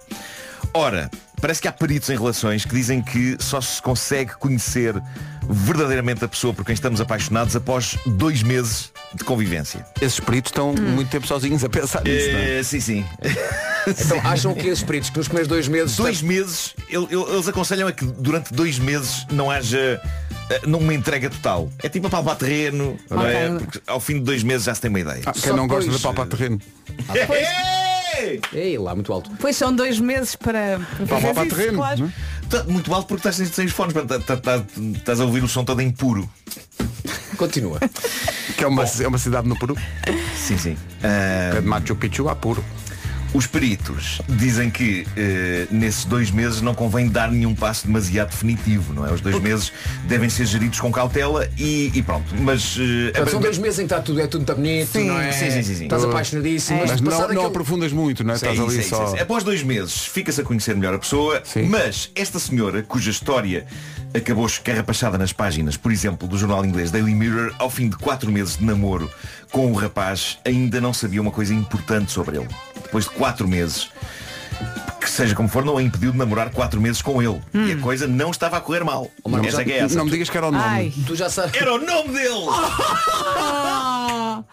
[SPEAKER 9] Ora, parece que há peritos em relações que dizem que só se consegue conhecer verdadeiramente a pessoa por quem estamos apaixonados após dois meses de convivência.
[SPEAKER 1] Esses peritos estão
[SPEAKER 3] Hum.
[SPEAKER 1] muito tempo sozinhos a pensar nisso, não é?
[SPEAKER 9] Eh, Sim, sim.
[SPEAKER 7] Então acham que esses peritos que nos primeiros dois meses.
[SPEAKER 9] Dois meses, ele- ele- eles aconselham a que durante dois meses não haja eh, não uma entrega total. É tipo a palpar terreno, não é?
[SPEAKER 1] Ok.
[SPEAKER 9] Porque ao fim de dois meses já se tem uma ideia.
[SPEAKER 1] Ah, quem Só não gosta depois- de palpar terreno?
[SPEAKER 7] Ei, lá, muito alto.
[SPEAKER 3] Pois são dois meses para, para fazer isso, claro.
[SPEAKER 9] Tá Muito alto porque estás sem- sem os fones, portanto, tá- tá- tá- estás a ouvir o som todo em puro.
[SPEAKER 7] Continua.
[SPEAKER 1] Que é uma, é uma cidade no Peru. é
[SPEAKER 9] Sim, sim. Uh...
[SPEAKER 1] Machu Picchu há puro.
[SPEAKER 9] Os peritos dizem que eh, nesses dois meses não convém dar nenhum passo demasiado definitivo, não é? Os dois meses devem ser geridos com cautela e, e pronto. Mas eh,
[SPEAKER 7] Portanto, são dois meses em que está tudo, é tudo está bonito,
[SPEAKER 9] Sim.
[SPEAKER 7] não é?
[SPEAKER 9] Sim, sim, sim, sim.
[SPEAKER 7] Estás apaixonadíssimo,
[SPEAKER 1] Mas
[SPEAKER 7] É. mas,
[SPEAKER 1] não,
[SPEAKER 7] passado
[SPEAKER 1] não
[SPEAKER 7] aquele-
[SPEAKER 1] aprofundas muito, não é?
[SPEAKER 9] Sim,
[SPEAKER 1] Estás ali
[SPEAKER 9] sim, sim,
[SPEAKER 1] só.
[SPEAKER 9] sim. Após dois meses fica-se a conhecer melhor a pessoa, mas esta senhora, cuja história acabou escarrapachada nas páginas, por exemplo, do jornal inglês Daily Mirror, ao fim de quatro meses de namoro com o rapaz, ainda não sabia uma coisa importante sobre ele. Depois de quatro meses, que seja como for, não a impediu de namorar quatro meses com ele. E a
[SPEAKER 3] Hum.
[SPEAKER 9] coisa não estava a correr mal.
[SPEAKER 1] Marco,
[SPEAKER 9] Essa
[SPEAKER 1] já-
[SPEAKER 9] é que é essa.
[SPEAKER 1] não me digas que era o nome. Ai.
[SPEAKER 7] Tu já sabes.
[SPEAKER 9] Era o nome dele!
[SPEAKER 3] Ah!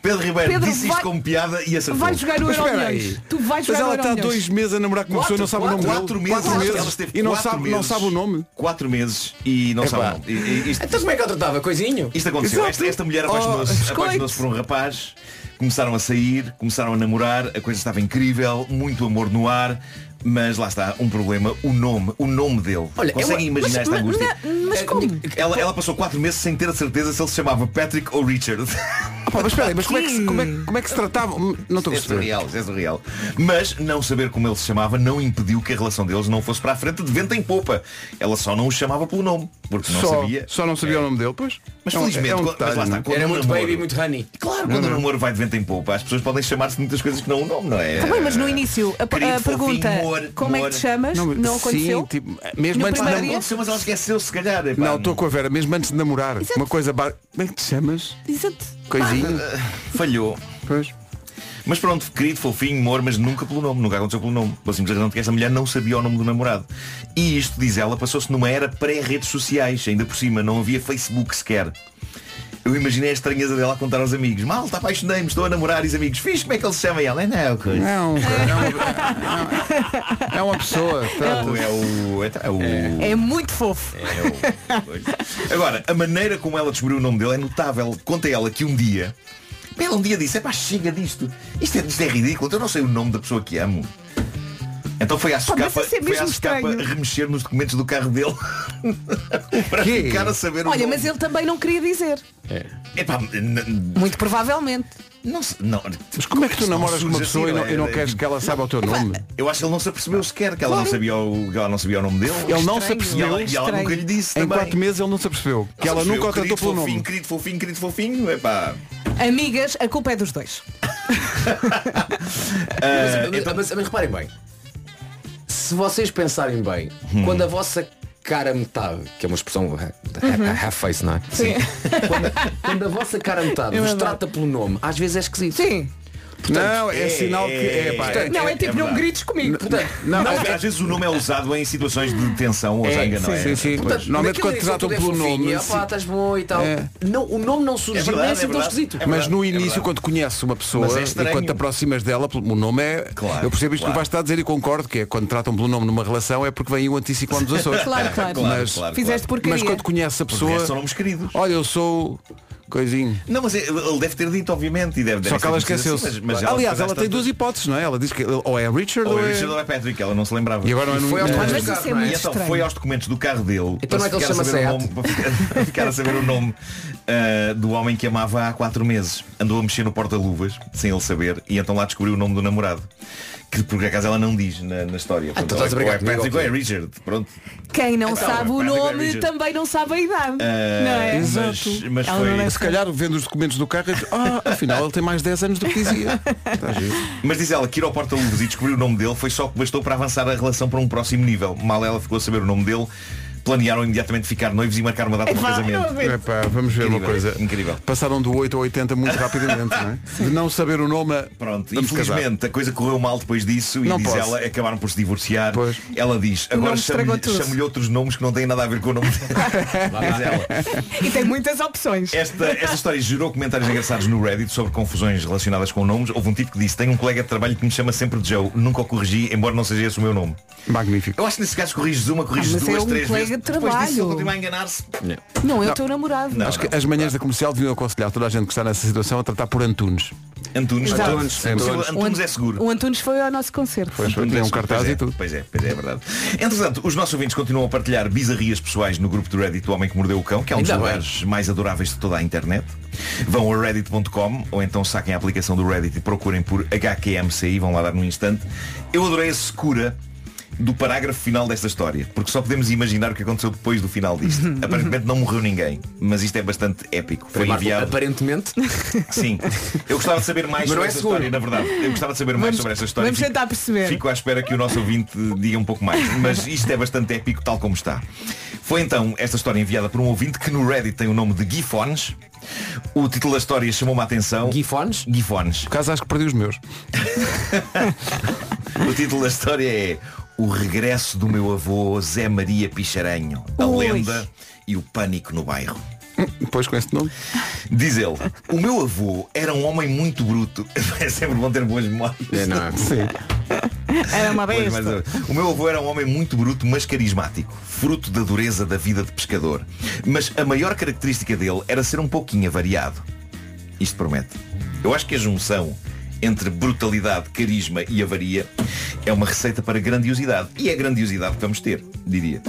[SPEAKER 9] Pedro Ribeiro
[SPEAKER 3] Pedro,
[SPEAKER 9] disse isto
[SPEAKER 3] vai-
[SPEAKER 9] como piada e acertou.
[SPEAKER 3] vai jogar no
[SPEAKER 1] Mas espera
[SPEAKER 3] Euromilhões.
[SPEAKER 1] aí.
[SPEAKER 3] Tu vais
[SPEAKER 1] Mas
[SPEAKER 3] jogar
[SPEAKER 1] ela
[SPEAKER 3] no
[SPEAKER 1] está há
[SPEAKER 3] Euromilhões.
[SPEAKER 1] dois meses a namorar com uma pessoa, não sabe o nome dela.
[SPEAKER 9] Quatro meses.
[SPEAKER 1] Quatro
[SPEAKER 9] Ela
[SPEAKER 1] meses.
[SPEAKER 9] esteve
[SPEAKER 1] E não
[SPEAKER 9] quatro
[SPEAKER 1] sabe, não
[SPEAKER 9] meses.
[SPEAKER 1] sabe o nome.
[SPEAKER 9] Quatro meses e não
[SPEAKER 1] Epá.
[SPEAKER 9] sabe o nome. E- e- Isto,
[SPEAKER 7] Então como é que ela tratava? Coisinho?
[SPEAKER 9] isto aconteceu.
[SPEAKER 7] Exato.
[SPEAKER 9] Esta, esta mulher apaixonou-se
[SPEAKER 7] Oh,
[SPEAKER 9] apaixonou-se por um rapaz. Começaram a sair, começaram a namorar, a coisa estava incrível, muito amor no ar, mas lá está, um problema, o nome, o nome dele.
[SPEAKER 7] Olha,
[SPEAKER 9] Conseguem
[SPEAKER 7] ela-
[SPEAKER 9] imaginar
[SPEAKER 7] mas-
[SPEAKER 9] esta
[SPEAKER 7] mas-
[SPEAKER 9] angústia?
[SPEAKER 3] é-
[SPEAKER 7] mas- mas
[SPEAKER 9] Eh,
[SPEAKER 7] como?
[SPEAKER 9] Ela, ela passou quatro meses sem ter a certeza se ele se chamava Patrick ou Richard.
[SPEAKER 1] Ah, pá, mas espera aí, mas como é, que, se- como, é, que- como é que se tratava? Não estou a
[SPEAKER 9] É
[SPEAKER 1] perceber.
[SPEAKER 9] surreal, é surreal. Mas não saber como ele se chamava não impediu que a relação deles não fosse para a frente de vento em popa. Ela só não o chamava pelo nome, porque não
[SPEAKER 1] Só,
[SPEAKER 9] sabia.
[SPEAKER 1] só não sabia o nome dele, pois.
[SPEAKER 9] Mas
[SPEAKER 1] É um-
[SPEAKER 9] felizmente,
[SPEAKER 1] é um
[SPEAKER 9] quando-
[SPEAKER 1] detalhe,
[SPEAKER 9] mas lá está,
[SPEAKER 1] não é?
[SPEAKER 9] quando
[SPEAKER 7] Era
[SPEAKER 9] o
[SPEAKER 7] muito
[SPEAKER 9] namoro-
[SPEAKER 7] baby, muito honey.
[SPEAKER 9] Claro, quando o namoro vai de vento em popa, as pessoas podem chamar-se de muitas coisas que não o nome, não é?
[SPEAKER 3] Tá bem, mas no início a, a
[SPEAKER 9] Querido, fofinho,
[SPEAKER 3] pergunta
[SPEAKER 9] amor,
[SPEAKER 3] como é que
[SPEAKER 9] amor.
[SPEAKER 3] te chamas não, aconteceu?
[SPEAKER 1] Sim, tipo, mesmo
[SPEAKER 3] No
[SPEAKER 1] antes de
[SPEAKER 3] primeiro
[SPEAKER 9] Não
[SPEAKER 1] namorar.
[SPEAKER 9] aconteceu, mas ela esqueceu, se calhar. epá.
[SPEAKER 1] Não, estou com a Vera, mesmo antes de namorar. Uma coisa. ba- Como é que te chamas?
[SPEAKER 3] Exato.
[SPEAKER 1] Coisinho.
[SPEAKER 3] Ah.
[SPEAKER 9] Falhou.
[SPEAKER 1] Pois.
[SPEAKER 9] Mas pronto, querido, fofinho, amor, mas nunca pelo nome, nunca aconteceu pelo nome. Pela simples razão de que esta mulher não sabia o nome do namorado. E isto, diz ela, passou-se numa era pré-redes sociais, ainda por cima, não havia Facebook sequer. Eu imaginei a estranheza dela a contar aos amigos. Malta, apaixonei-me, estou a namorar e os amigos. Fiz, como é que ele se chama? E ela, não, coisa.
[SPEAKER 1] Não, é uma, é uma pessoa.
[SPEAKER 9] É
[SPEAKER 1] tá?
[SPEAKER 9] o- é o. É, é o.
[SPEAKER 3] É muito fofo.
[SPEAKER 9] É Agora, a maneira como ela descobriu o nome dele é notável. Conta ela que um dia, ela um dia disse, é pá, chega disto. Isto é, isto é ridículo, eu não sei o nome da pessoa que amo. Então foi à
[SPEAKER 3] mas
[SPEAKER 9] socapa,
[SPEAKER 3] isso é
[SPEAKER 9] foi à
[SPEAKER 3] mesmo
[SPEAKER 9] socapa
[SPEAKER 3] estranho.
[SPEAKER 9] remexer nos documentos do carro dele para
[SPEAKER 1] Quê?
[SPEAKER 9] ficar a saber o
[SPEAKER 3] Olha,
[SPEAKER 9] nome.
[SPEAKER 3] mas ele também não queria dizer.
[SPEAKER 9] Epá, n-
[SPEAKER 3] Muito provavelmente.
[SPEAKER 9] não, se- não,
[SPEAKER 1] Mas como é que tu
[SPEAKER 9] Isto não
[SPEAKER 1] namoras com uma
[SPEAKER 9] surge
[SPEAKER 1] pessoa
[SPEAKER 9] assim,
[SPEAKER 1] e, não, e não
[SPEAKER 9] é?
[SPEAKER 1] queres que ela saiba o teu nome?
[SPEAKER 9] Eu acho que ele não se apercebeu sequer que ela, não, sabia o, que ela não sabia o nome dele.
[SPEAKER 1] Ele não se
[SPEAKER 9] E
[SPEAKER 1] apercebeu.
[SPEAKER 9] ela, e ela nunca lhe disse
[SPEAKER 1] Em
[SPEAKER 9] também.
[SPEAKER 1] quatro meses ele não se apercebeu. Que ela
[SPEAKER 9] Percebeu?
[SPEAKER 1] nunca o tratou
[SPEAKER 9] um Querido
[SPEAKER 1] pelo
[SPEAKER 9] fofinho,
[SPEAKER 1] nome.
[SPEAKER 9] Querido fofinho, querido fofinho, epá.
[SPEAKER 3] Amigas, a culpa é dos dois.
[SPEAKER 9] Ah,
[SPEAKER 7] Mas, mas- mas reparem bem. Se vocês pensarem bem, quando a
[SPEAKER 9] Hum.
[SPEAKER 7] vossa cara metade, que é uma expressão eh, half face, não é? Sim. quando, quando a vossa cara metade
[SPEAKER 3] Eu
[SPEAKER 7] vos
[SPEAKER 3] adoro.
[SPEAKER 7] trata pelo nome, às vezes é esquisito.
[SPEAKER 3] Sim.
[SPEAKER 1] não, é, sinal que. É, pá, é-
[SPEAKER 3] Não, é tipo, não
[SPEAKER 9] verdade.
[SPEAKER 3] grites comigo.
[SPEAKER 7] Portanto,
[SPEAKER 1] não,
[SPEAKER 9] Às-
[SPEAKER 1] é-
[SPEAKER 9] às vezes o nome é usado em situações de tensão ou zanga, não é?
[SPEAKER 1] Sim, sim, pois.
[SPEAKER 7] portanto,
[SPEAKER 1] Normalmente
[SPEAKER 7] naquele
[SPEAKER 1] quando
[SPEAKER 7] dia
[SPEAKER 1] te
[SPEAKER 7] que
[SPEAKER 1] tratam
[SPEAKER 7] tu é
[SPEAKER 1] pelo
[SPEAKER 7] fofinho,
[SPEAKER 1] nome.
[SPEAKER 7] ah, pá,
[SPEAKER 1] sim.
[SPEAKER 7] estás bom e tal.
[SPEAKER 1] É.
[SPEAKER 7] Não, o nome não surge,
[SPEAKER 9] É verdade,
[SPEAKER 7] nem é
[SPEAKER 9] é
[SPEAKER 7] assim tão
[SPEAKER 9] verdade.
[SPEAKER 7] esquisito.
[SPEAKER 9] É
[SPEAKER 1] Mas no
[SPEAKER 9] verdade, é
[SPEAKER 1] início,
[SPEAKER 9] verdade.
[SPEAKER 1] quando conheces uma
[SPEAKER 9] Mas
[SPEAKER 1] pessoa
[SPEAKER 9] é
[SPEAKER 1] e
[SPEAKER 9] estranho.
[SPEAKER 1] quando te aproximas dela, pelo- o nome é.
[SPEAKER 9] Claro,
[SPEAKER 1] eu percebo isto que
[SPEAKER 9] claro.
[SPEAKER 1] vais estar a dizer e concordo, que é quando tratam pelo nome numa relação é porque vem o anticiclone dos Açores.
[SPEAKER 3] Claro, claro.
[SPEAKER 1] Mas-
[SPEAKER 9] claro,
[SPEAKER 3] Fizeste
[SPEAKER 9] claro.
[SPEAKER 3] porcaria.
[SPEAKER 1] Mas quando conheces a
[SPEAKER 9] Porque é de resto
[SPEAKER 1] pessoa.
[SPEAKER 9] são
[SPEAKER 1] Oh.
[SPEAKER 9] nomes queridos.
[SPEAKER 1] Olha, eu sou. Coisinho.
[SPEAKER 9] Não, mas ele- ele deve ter dito, obviamente, e
[SPEAKER 1] Só
[SPEAKER 9] deve deve
[SPEAKER 1] que
[SPEAKER 9] ser
[SPEAKER 1] ela
[SPEAKER 9] conhecido
[SPEAKER 1] esqueceu-se.
[SPEAKER 9] assim, mas- mas
[SPEAKER 1] Aliás,
[SPEAKER 9] depois,
[SPEAKER 1] ela tem
[SPEAKER 9] às tantas,
[SPEAKER 1] duas hipóteses, não é? Ela diz que ele- ou é Richard ou
[SPEAKER 9] Ou é
[SPEAKER 1] é.
[SPEAKER 9] Richard ou é Patrick, ela não se lembrava.
[SPEAKER 1] E agora não é
[SPEAKER 7] Foi aos
[SPEAKER 1] Nuno.
[SPEAKER 7] documentos
[SPEAKER 3] Mas
[SPEAKER 7] do
[SPEAKER 3] isso é
[SPEAKER 7] carro, não
[SPEAKER 9] E
[SPEAKER 3] muito
[SPEAKER 9] então
[SPEAKER 3] estranho.
[SPEAKER 9] foi aos documentos do carro dele
[SPEAKER 7] Então não é que ele
[SPEAKER 9] para, ficar a
[SPEAKER 7] chama
[SPEAKER 9] saber
[SPEAKER 7] Seat?
[SPEAKER 9] o nome, para ficar- para ficar a saber o nome ah, do homem que amava há quatro meses. Andou a mexer no porta-luvas, sem ele saber, e então lá descobriu o nome do namorado. que por acaso ela não diz na, na história. Portanto,
[SPEAKER 7] Ah, então estás a
[SPEAKER 9] ou é, ou
[SPEAKER 7] brincar
[SPEAKER 9] é Patrick
[SPEAKER 7] comigo,
[SPEAKER 9] ou é Richard. Pronto.
[SPEAKER 3] Quem não
[SPEAKER 9] Então,
[SPEAKER 3] sabe o
[SPEAKER 9] Patrick
[SPEAKER 3] nome
[SPEAKER 9] Richard.
[SPEAKER 3] também não sabe a idade.
[SPEAKER 9] Ah,
[SPEAKER 3] não é?
[SPEAKER 9] mas- mas
[SPEAKER 3] Ela
[SPEAKER 9] foi-
[SPEAKER 3] não deve
[SPEAKER 1] Se
[SPEAKER 3] saber.
[SPEAKER 1] calhar vendo os documentos do carro, eu digo, ah, afinal ele tem mais 10 anos do que dizia.
[SPEAKER 9] Mas diz ela que ir ao porta-luvas e descobrir o nome dele foi só que bastou para avançar a relação para um próximo nível. Mal ela ficou a saber o nome dele, planearam imediatamente ficar noivos e marcar uma data para o
[SPEAKER 1] Epá,
[SPEAKER 9] casamento.
[SPEAKER 1] não Epá, vamos ver uma coisa.
[SPEAKER 9] Incrível.
[SPEAKER 1] Passaram do 8 ao 80 muito rapidamente, não é? De não saber o nome a.
[SPEAKER 9] Pronto,
[SPEAKER 1] Vamos
[SPEAKER 9] infelizmente a coisa correu mal depois disso e
[SPEAKER 1] Não
[SPEAKER 9] diz
[SPEAKER 1] posso.
[SPEAKER 9] ela, acabaram por se divorciar. Ela diz,
[SPEAKER 3] O
[SPEAKER 9] agora
[SPEAKER 3] nome estragou
[SPEAKER 9] chamo-lhe
[SPEAKER 3] tudo."
[SPEAKER 9] chamo-lhe outros nomes que não têm nada a ver com o nome dela. Diz ela.
[SPEAKER 3] E tem muitas opções.
[SPEAKER 9] Esta, esta história gerou comentários engraçados no Reddit sobre confusões relacionadas com nomes. Houve um tipo que disse, tenho um colega de trabalho que me chama sempre Joe, nunca o corrigi, embora não seja esse o meu nome.
[SPEAKER 1] Magnífico.
[SPEAKER 9] Eu acho que nesse caso corriges uma, corriges
[SPEAKER 3] mas
[SPEAKER 9] duas,
[SPEAKER 3] é um
[SPEAKER 9] três
[SPEAKER 3] colega
[SPEAKER 9] vezes.
[SPEAKER 3] de
[SPEAKER 9] Depois disso,
[SPEAKER 3] trabalho.
[SPEAKER 9] ele continua a enganar-se.
[SPEAKER 3] Não, é o
[SPEAKER 1] Não.
[SPEAKER 3] teu namorado.
[SPEAKER 1] Acho que as manhãs da comercial deviam aconselhar toda a gente que está nessa situação a tratar por Antunes.
[SPEAKER 9] Antunes,
[SPEAKER 3] Exato.
[SPEAKER 9] É possível,
[SPEAKER 3] O
[SPEAKER 9] Antunes
[SPEAKER 3] Ant-
[SPEAKER 9] é seguro.
[SPEAKER 3] O Antunes foi ao nosso concerto.
[SPEAKER 9] Antunes é
[SPEAKER 1] tem um
[SPEAKER 9] seguro,
[SPEAKER 1] cartaz
[SPEAKER 9] pois
[SPEAKER 1] e
[SPEAKER 9] é,
[SPEAKER 1] tudo.
[SPEAKER 9] Pois é, pois é, é verdade. Entretanto, os nossos ouvintes continuam a partilhar bizarrias pessoais no grupo do Reddit do Homem que Mordeu o Cão, que é um dos
[SPEAKER 7] Ainda bem.
[SPEAKER 9] lugares mais adoráveis de toda a internet. Vão a reddit.com ou então saquem a aplicação do Reddit e procurem por HQMCI, vão lá dar num instante. Eu adorei a secura do parágrafo final desta história, porque só podemos imaginar o que aconteceu depois do final disto. Aparentemente não morreu ninguém, mas isto é bastante épico. Foi
[SPEAKER 7] Marco,
[SPEAKER 9] enviado.
[SPEAKER 7] Aparentemente.
[SPEAKER 9] Sim. Eu gostava de saber mais
[SPEAKER 7] Mas não
[SPEAKER 9] sobre
[SPEAKER 7] é
[SPEAKER 9] essa
[SPEAKER 7] seguro.
[SPEAKER 9] história, na verdade. Eu gostava de saber mais sobre essa história.
[SPEAKER 3] vamos tentar perceber.
[SPEAKER 9] Fico à espera que o nosso ouvinte diga um pouco mais. Mas isto é bastante épico, tal como está. Foi então esta história enviada por um ouvinte que no Reddit tem o nome de Gifones. O título da história chamou-me a atenção.
[SPEAKER 7] Gifones?
[SPEAKER 9] Gifones.
[SPEAKER 1] Por acaso acho que perdi os meus.
[SPEAKER 9] O título da história é O Regresso do Meu Avô Zé Maria Picharanho. A
[SPEAKER 3] Ui.
[SPEAKER 9] lenda e o pânico no bairro.
[SPEAKER 1] Depois com esse nome.
[SPEAKER 9] Diz ele, o meu avô era um homem muito bruto. É sempre bom ter boas memórias.
[SPEAKER 7] É, não.
[SPEAKER 1] Sim.
[SPEAKER 3] Era uma
[SPEAKER 9] Pois,
[SPEAKER 3] besta.
[SPEAKER 9] mas, uh, o meu avô era um homem muito bruto, mas carismático, fruto da dureza da vida de pescador. Mas a maior característica dele era ser um pouquinho avariado. Isto promete. Eu acho que a junção entre brutalidade, carisma e avaria é uma receita para grandiosidade. E é a grandiosidade que vamos ter, diria.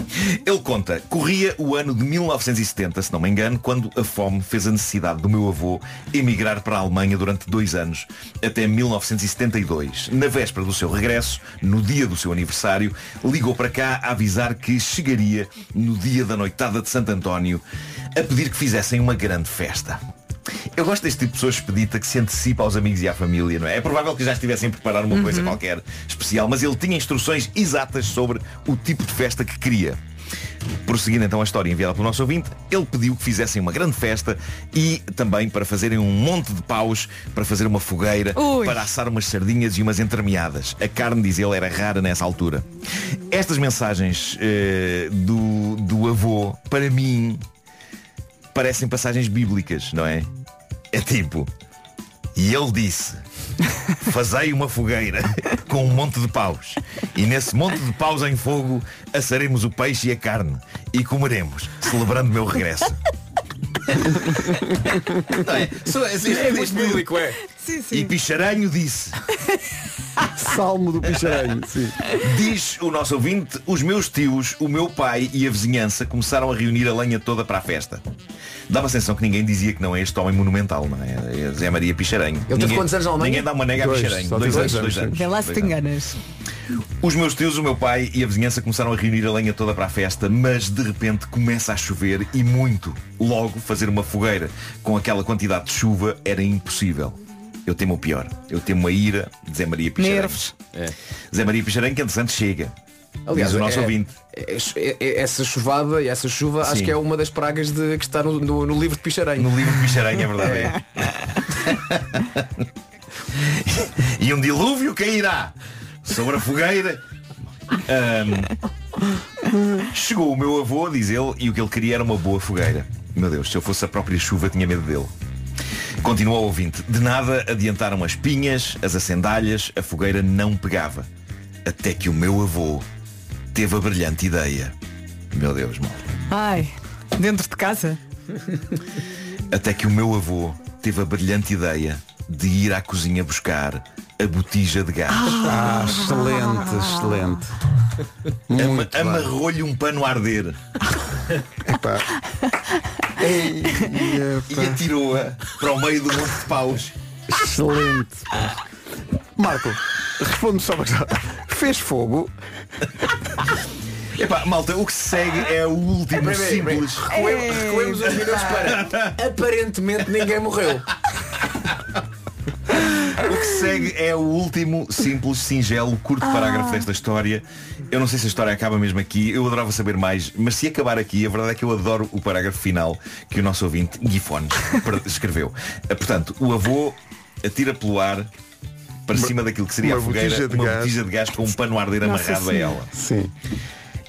[SPEAKER 9] Ele conta, corria o ano de 1970, se não me engano, quando a fome fez a necessidade do meu avô emigrar para a Alemanha durante dois anos, até 1972. Na véspera do seu regresso, no dia do seu aniversário, ligou para cá a avisar que chegaria no dia da noitada de Santo António a pedir que fizessem uma grande festa. Eu gosto deste tipo de pessoa expedita que se antecipa aos amigos e à família, não é? É provável que já estivessem a preparar uma coisa qualquer especial, mas ele tinha instruções exatas sobre o tipo de festa que queria. Prosseguindo então a história enviada pelo nosso ouvinte, ele pediu que fizessem uma grande festa e também para fazerem um monte de paus, para fazer uma fogueira,
[SPEAKER 3] Ui.
[SPEAKER 9] para assar umas sardinhas e umas entremeadas. A carne, diz ele, era rara nessa altura. Estas mensagens eh, do, do avô, para mim, parecem passagens bíblicas, não é? É tipo, e ele disse, fazei uma fogueira com um monte de paus, e nesse monte de paus em fogo assaremos o peixe e a carne, e comeremos, celebrando meu regresso. Não é? Só- assim,
[SPEAKER 7] É muito bíblico, é.
[SPEAKER 3] Sim, sim.
[SPEAKER 9] E Picharanho disse,
[SPEAKER 1] Salmo do Picharanho. Sim.
[SPEAKER 9] Diz o nosso ouvinte, os meus tios, o meu pai e a vizinhança começaram a reunir a lenha toda para a festa. Dava a sensação que ninguém dizia que não é este homem monumental, não é? É Zé Maria Picharanho.
[SPEAKER 7] teve
[SPEAKER 9] ninguém,
[SPEAKER 7] quantos anos na Alemanha?
[SPEAKER 9] Ninguém dá uma nega
[SPEAKER 1] Dois,
[SPEAKER 9] a Picharanho.
[SPEAKER 1] só
[SPEAKER 9] Dois,
[SPEAKER 1] tem
[SPEAKER 9] anos,
[SPEAKER 1] dois
[SPEAKER 9] dois
[SPEAKER 1] anos,
[SPEAKER 9] anos.
[SPEAKER 3] Vê lá se te
[SPEAKER 9] Dois anos.
[SPEAKER 3] enganas.
[SPEAKER 9] Os meus tios, o meu pai e a vizinhança começaram a reunir a lenha toda para a festa, mas de repente começa a chover e muito. Logo, fazer uma fogueira com aquela quantidade de chuva era impossível. Eu temo o pior. Eu temo a ira de Zé Maria Picharanho.
[SPEAKER 3] Nervos.
[SPEAKER 9] Zé Maria Picharanho que entretanto chega.
[SPEAKER 7] Aliás,
[SPEAKER 9] diz o nosso
[SPEAKER 7] é-
[SPEAKER 9] ouvinte.
[SPEAKER 7] é- é- é- essa chuvada e essa chuva acho
[SPEAKER 9] Sim.
[SPEAKER 7] que é uma das pragas de, que está no, no- no livro de Picharanho.
[SPEAKER 9] No livro de Picharanha, é verdade. é. e um dilúvio cairá sobre a fogueira. Ahm, chegou o meu avô, diz ele, e o que ele queria era uma boa fogueira. Meu Deus, se eu fosse a própria chuva, tinha medo dele. Continua o ouvinte. De nada adiantaram as pinhas, as acendalhas, a fogueira não pegava. Até que o meu avô teve a brilhante ideia. Meu Deus, mal.
[SPEAKER 3] Ai, dentro de casa?
[SPEAKER 9] Até que o meu avô teve a brilhante ideia de ir à cozinha buscar a botija de gás.
[SPEAKER 1] Ah, excelente, excelente.
[SPEAKER 9] Ama-
[SPEAKER 1] Muito bem.
[SPEAKER 9] Amarrou-lhe um pano a arder
[SPEAKER 1] Epá. Ei,
[SPEAKER 9] e
[SPEAKER 1] epá.
[SPEAKER 9] atirou-a para o meio do monte de paus.
[SPEAKER 1] Excelente. pá. Marco, Responde-me só uma questão. Fez fogo.
[SPEAKER 9] Epá, malta, o que se segue é o último simples.
[SPEAKER 7] Recuemos, recuemos uns minutos para. Aparentemente ninguém morreu.
[SPEAKER 9] O que segue é o último simples, singelo, curto
[SPEAKER 7] Ah.
[SPEAKER 9] parágrafo desta história. Eu não sei se a história acaba mesmo aqui, eu adorava saber mais, mas se acabar aqui, a verdade é que eu adoro o parágrafo final que o nosso ouvinte, Gui Fones, per- escreveu. Eh, Portanto, o avô atira pelo ar para cima daquilo que seria
[SPEAKER 1] uma
[SPEAKER 9] a fogueira,
[SPEAKER 1] botija de
[SPEAKER 9] uma
[SPEAKER 1] gás.
[SPEAKER 9] botija de gás com um pano a arder
[SPEAKER 1] Nossa
[SPEAKER 9] amarrado a
[SPEAKER 1] Senhora.
[SPEAKER 9] ela.
[SPEAKER 1] Sim.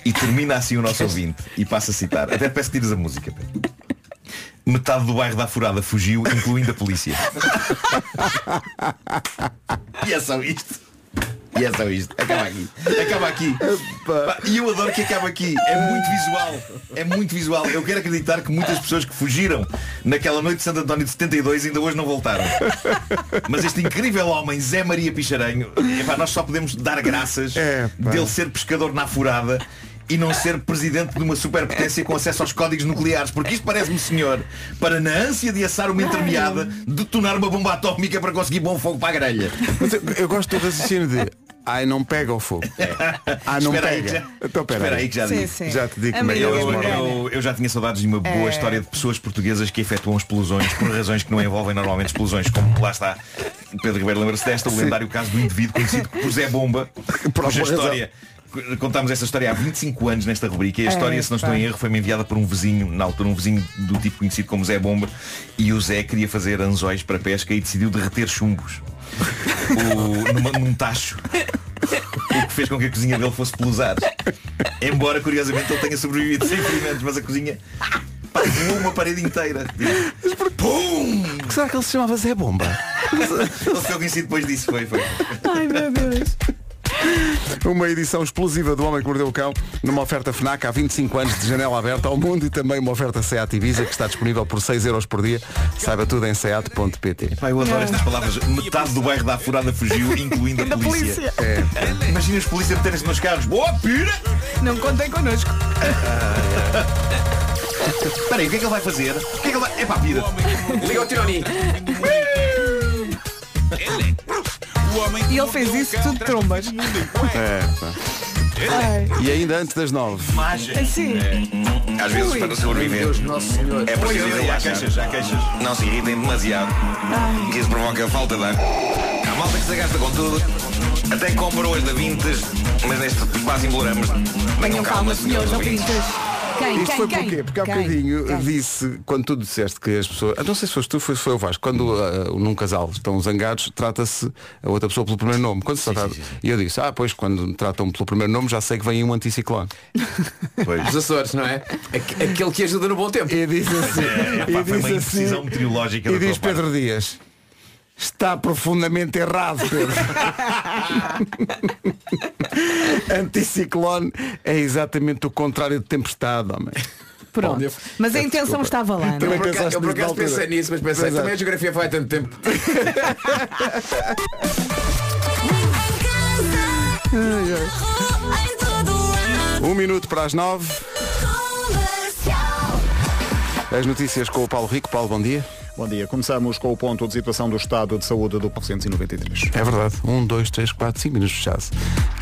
[SPEAKER 9] E termina assim o nosso ouvinte e passa a citar. Até peço que tires a música. Pedro. Metade do bairro da Furada fugiu, incluindo a polícia. e é só isto. E é só isto. Acaba aqui. Acaba aqui. Pá, E eu adoro que acaba aqui. É muito visual. É muito visual. Eu quero acreditar que muitas pessoas que fugiram naquela noite de Santo António de 72 ainda hoje não voltaram. Mas este incrível homem, Zé Maria Picharanho, epá, nós só podemos dar graças dele ser pescador na furada e não ser presidente de uma superpotência com acesso aos códigos nucleares, porque isto parece-me, senhor, para na ânsia de assar uma entremeada, detonar uma bomba atómica para conseguir bom fogo para a grelha.
[SPEAKER 1] Mas eu, eu gosto do raciocínio de. Ai, não pega o fogo. Ah, não
[SPEAKER 9] É. Espera aí que
[SPEAKER 1] pega.
[SPEAKER 9] já-
[SPEAKER 1] Então, pera
[SPEAKER 9] espera aí que já digo.
[SPEAKER 1] Já te digo como é que
[SPEAKER 9] eu,
[SPEAKER 1] elas moram.
[SPEAKER 9] eu- eu já tinha saudades de uma
[SPEAKER 1] É.
[SPEAKER 9] boa história de pessoas portuguesas que efetuam explosões por razões que não envolvem normalmente explosões, como lá está Pedro Ribeiro lembra-se desta, o lendário caso do indivíduo conhecido por Zé Bomba, cuja
[SPEAKER 1] alguma razão.
[SPEAKER 9] história. Contámos esta história há 25 anos nesta rubrica e a
[SPEAKER 1] É,
[SPEAKER 9] história, se não estou
[SPEAKER 1] pá.
[SPEAKER 9] em erro, foi-me enviada por um vizinho, na altura um vizinho do tipo conhecido como Zé Bomba, e o Zé queria fazer anzóis para pesca e decidiu derreter chumbos O- numa- num tacho o que fez com que a cozinha dele fosse pelos ares. Embora, curiosamente, ele tenha sobrevivido sem ferimentos, mas a cozinha pá, voou uma parede inteira. Pum!
[SPEAKER 1] Que será que ele se chamava Zé Bomba?
[SPEAKER 9] Ele ficou conhecido depois disso, foi, foi.
[SPEAKER 1] Ai meu Deus. Uma edição explosiva do Homem que Mordeu o Cão numa oferta FNAC há 25 anos de janela aberta ao mundo e também uma oferta SEAT Ibiza que está disponível por 6 euros por dia. Saiba tudo em seat.pt.
[SPEAKER 9] Pá, eu adoro estas palavras. Metade do bairro da Afurada fugiu, incluindo a polícia. É. Imagina os polícias meterem-se nos carros. Boa, pira!
[SPEAKER 5] Não contem connosco.
[SPEAKER 9] Espera aí, o que é que ele vai fazer? O que é que ele vai... Epá, pira! Liga o tironi!
[SPEAKER 5] E ele fez isso tudo de trombas.
[SPEAKER 1] É, pá. E ainda antes das 9.
[SPEAKER 5] Assim.
[SPEAKER 9] Às vezes, para sobreviver, é preciso
[SPEAKER 5] Ui, ui,
[SPEAKER 9] ir
[SPEAKER 5] ui.
[SPEAKER 9] há queixas, há queixas. Não se irritem demasiado, que isso provoca falta de ar. Há malta que se gasta com tudo, até compra hoje da Vintes, mas neste quase embolamos. Tenham calma, senhores ouvintes.
[SPEAKER 1] Isto foi porquê? Porque há bocadinho disse, quando tu disseste que as pessoas. ah, Não sei se foste tu, foi, foi o Vasco. Quando ah, num casal estão zangados, trata-se a outra pessoa pelo primeiro nome. Quando se trata- E eu disse, ah, pois, quando me tratam pelo primeiro nome já sei que vem aí um anticiclone.
[SPEAKER 7] Os Açores, não é? Aque- Aquele que ajuda no bom tempo.
[SPEAKER 1] E diz assim.
[SPEAKER 9] É, Epá, foi uma imprecisão meteorológica
[SPEAKER 1] E
[SPEAKER 9] da
[SPEAKER 1] diz
[SPEAKER 9] tua
[SPEAKER 1] Pedro Dias. Está profundamente errado, Pedro. Anticiclone é exatamente o contrário de tempestade, homem.
[SPEAKER 3] Pronto.
[SPEAKER 1] Bom,
[SPEAKER 3] Mas a
[SPEAKER 1] peço
[SPEAKER 3] intenção
[SPEAKER 1] desculpa.
[SPEAKER 3] estava lá, não
[SPEAKER 1] Também
[SPEAKER 3] é?
[SPEAKER 7] Eu por acaso- eu por acaso
[SPEAKER 1] Pensaste nisso na altura.
[SPEAKER 7] pensei
[SPEAKER 1] é.
[SPEAKER 7] nisso, mas pensei,
[SPEAKER 1] Exato.
[SPEAKER 7] também a geografia foi há tanto tempo.
[SPEAKER 1] Um minuto para as nove. As notícias com o Paulo Rico. Paulo, bom dia.
[SPEAKER 12] Bom dia. Começamos com o ponto de situação do estado de saúde do 493.
[SPEAKER 1] É verdade. Um, dois, três, quatro, cinco minutos de jazz.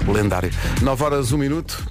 [SPEAKER 1] Lendário. Nove horas, um minuto.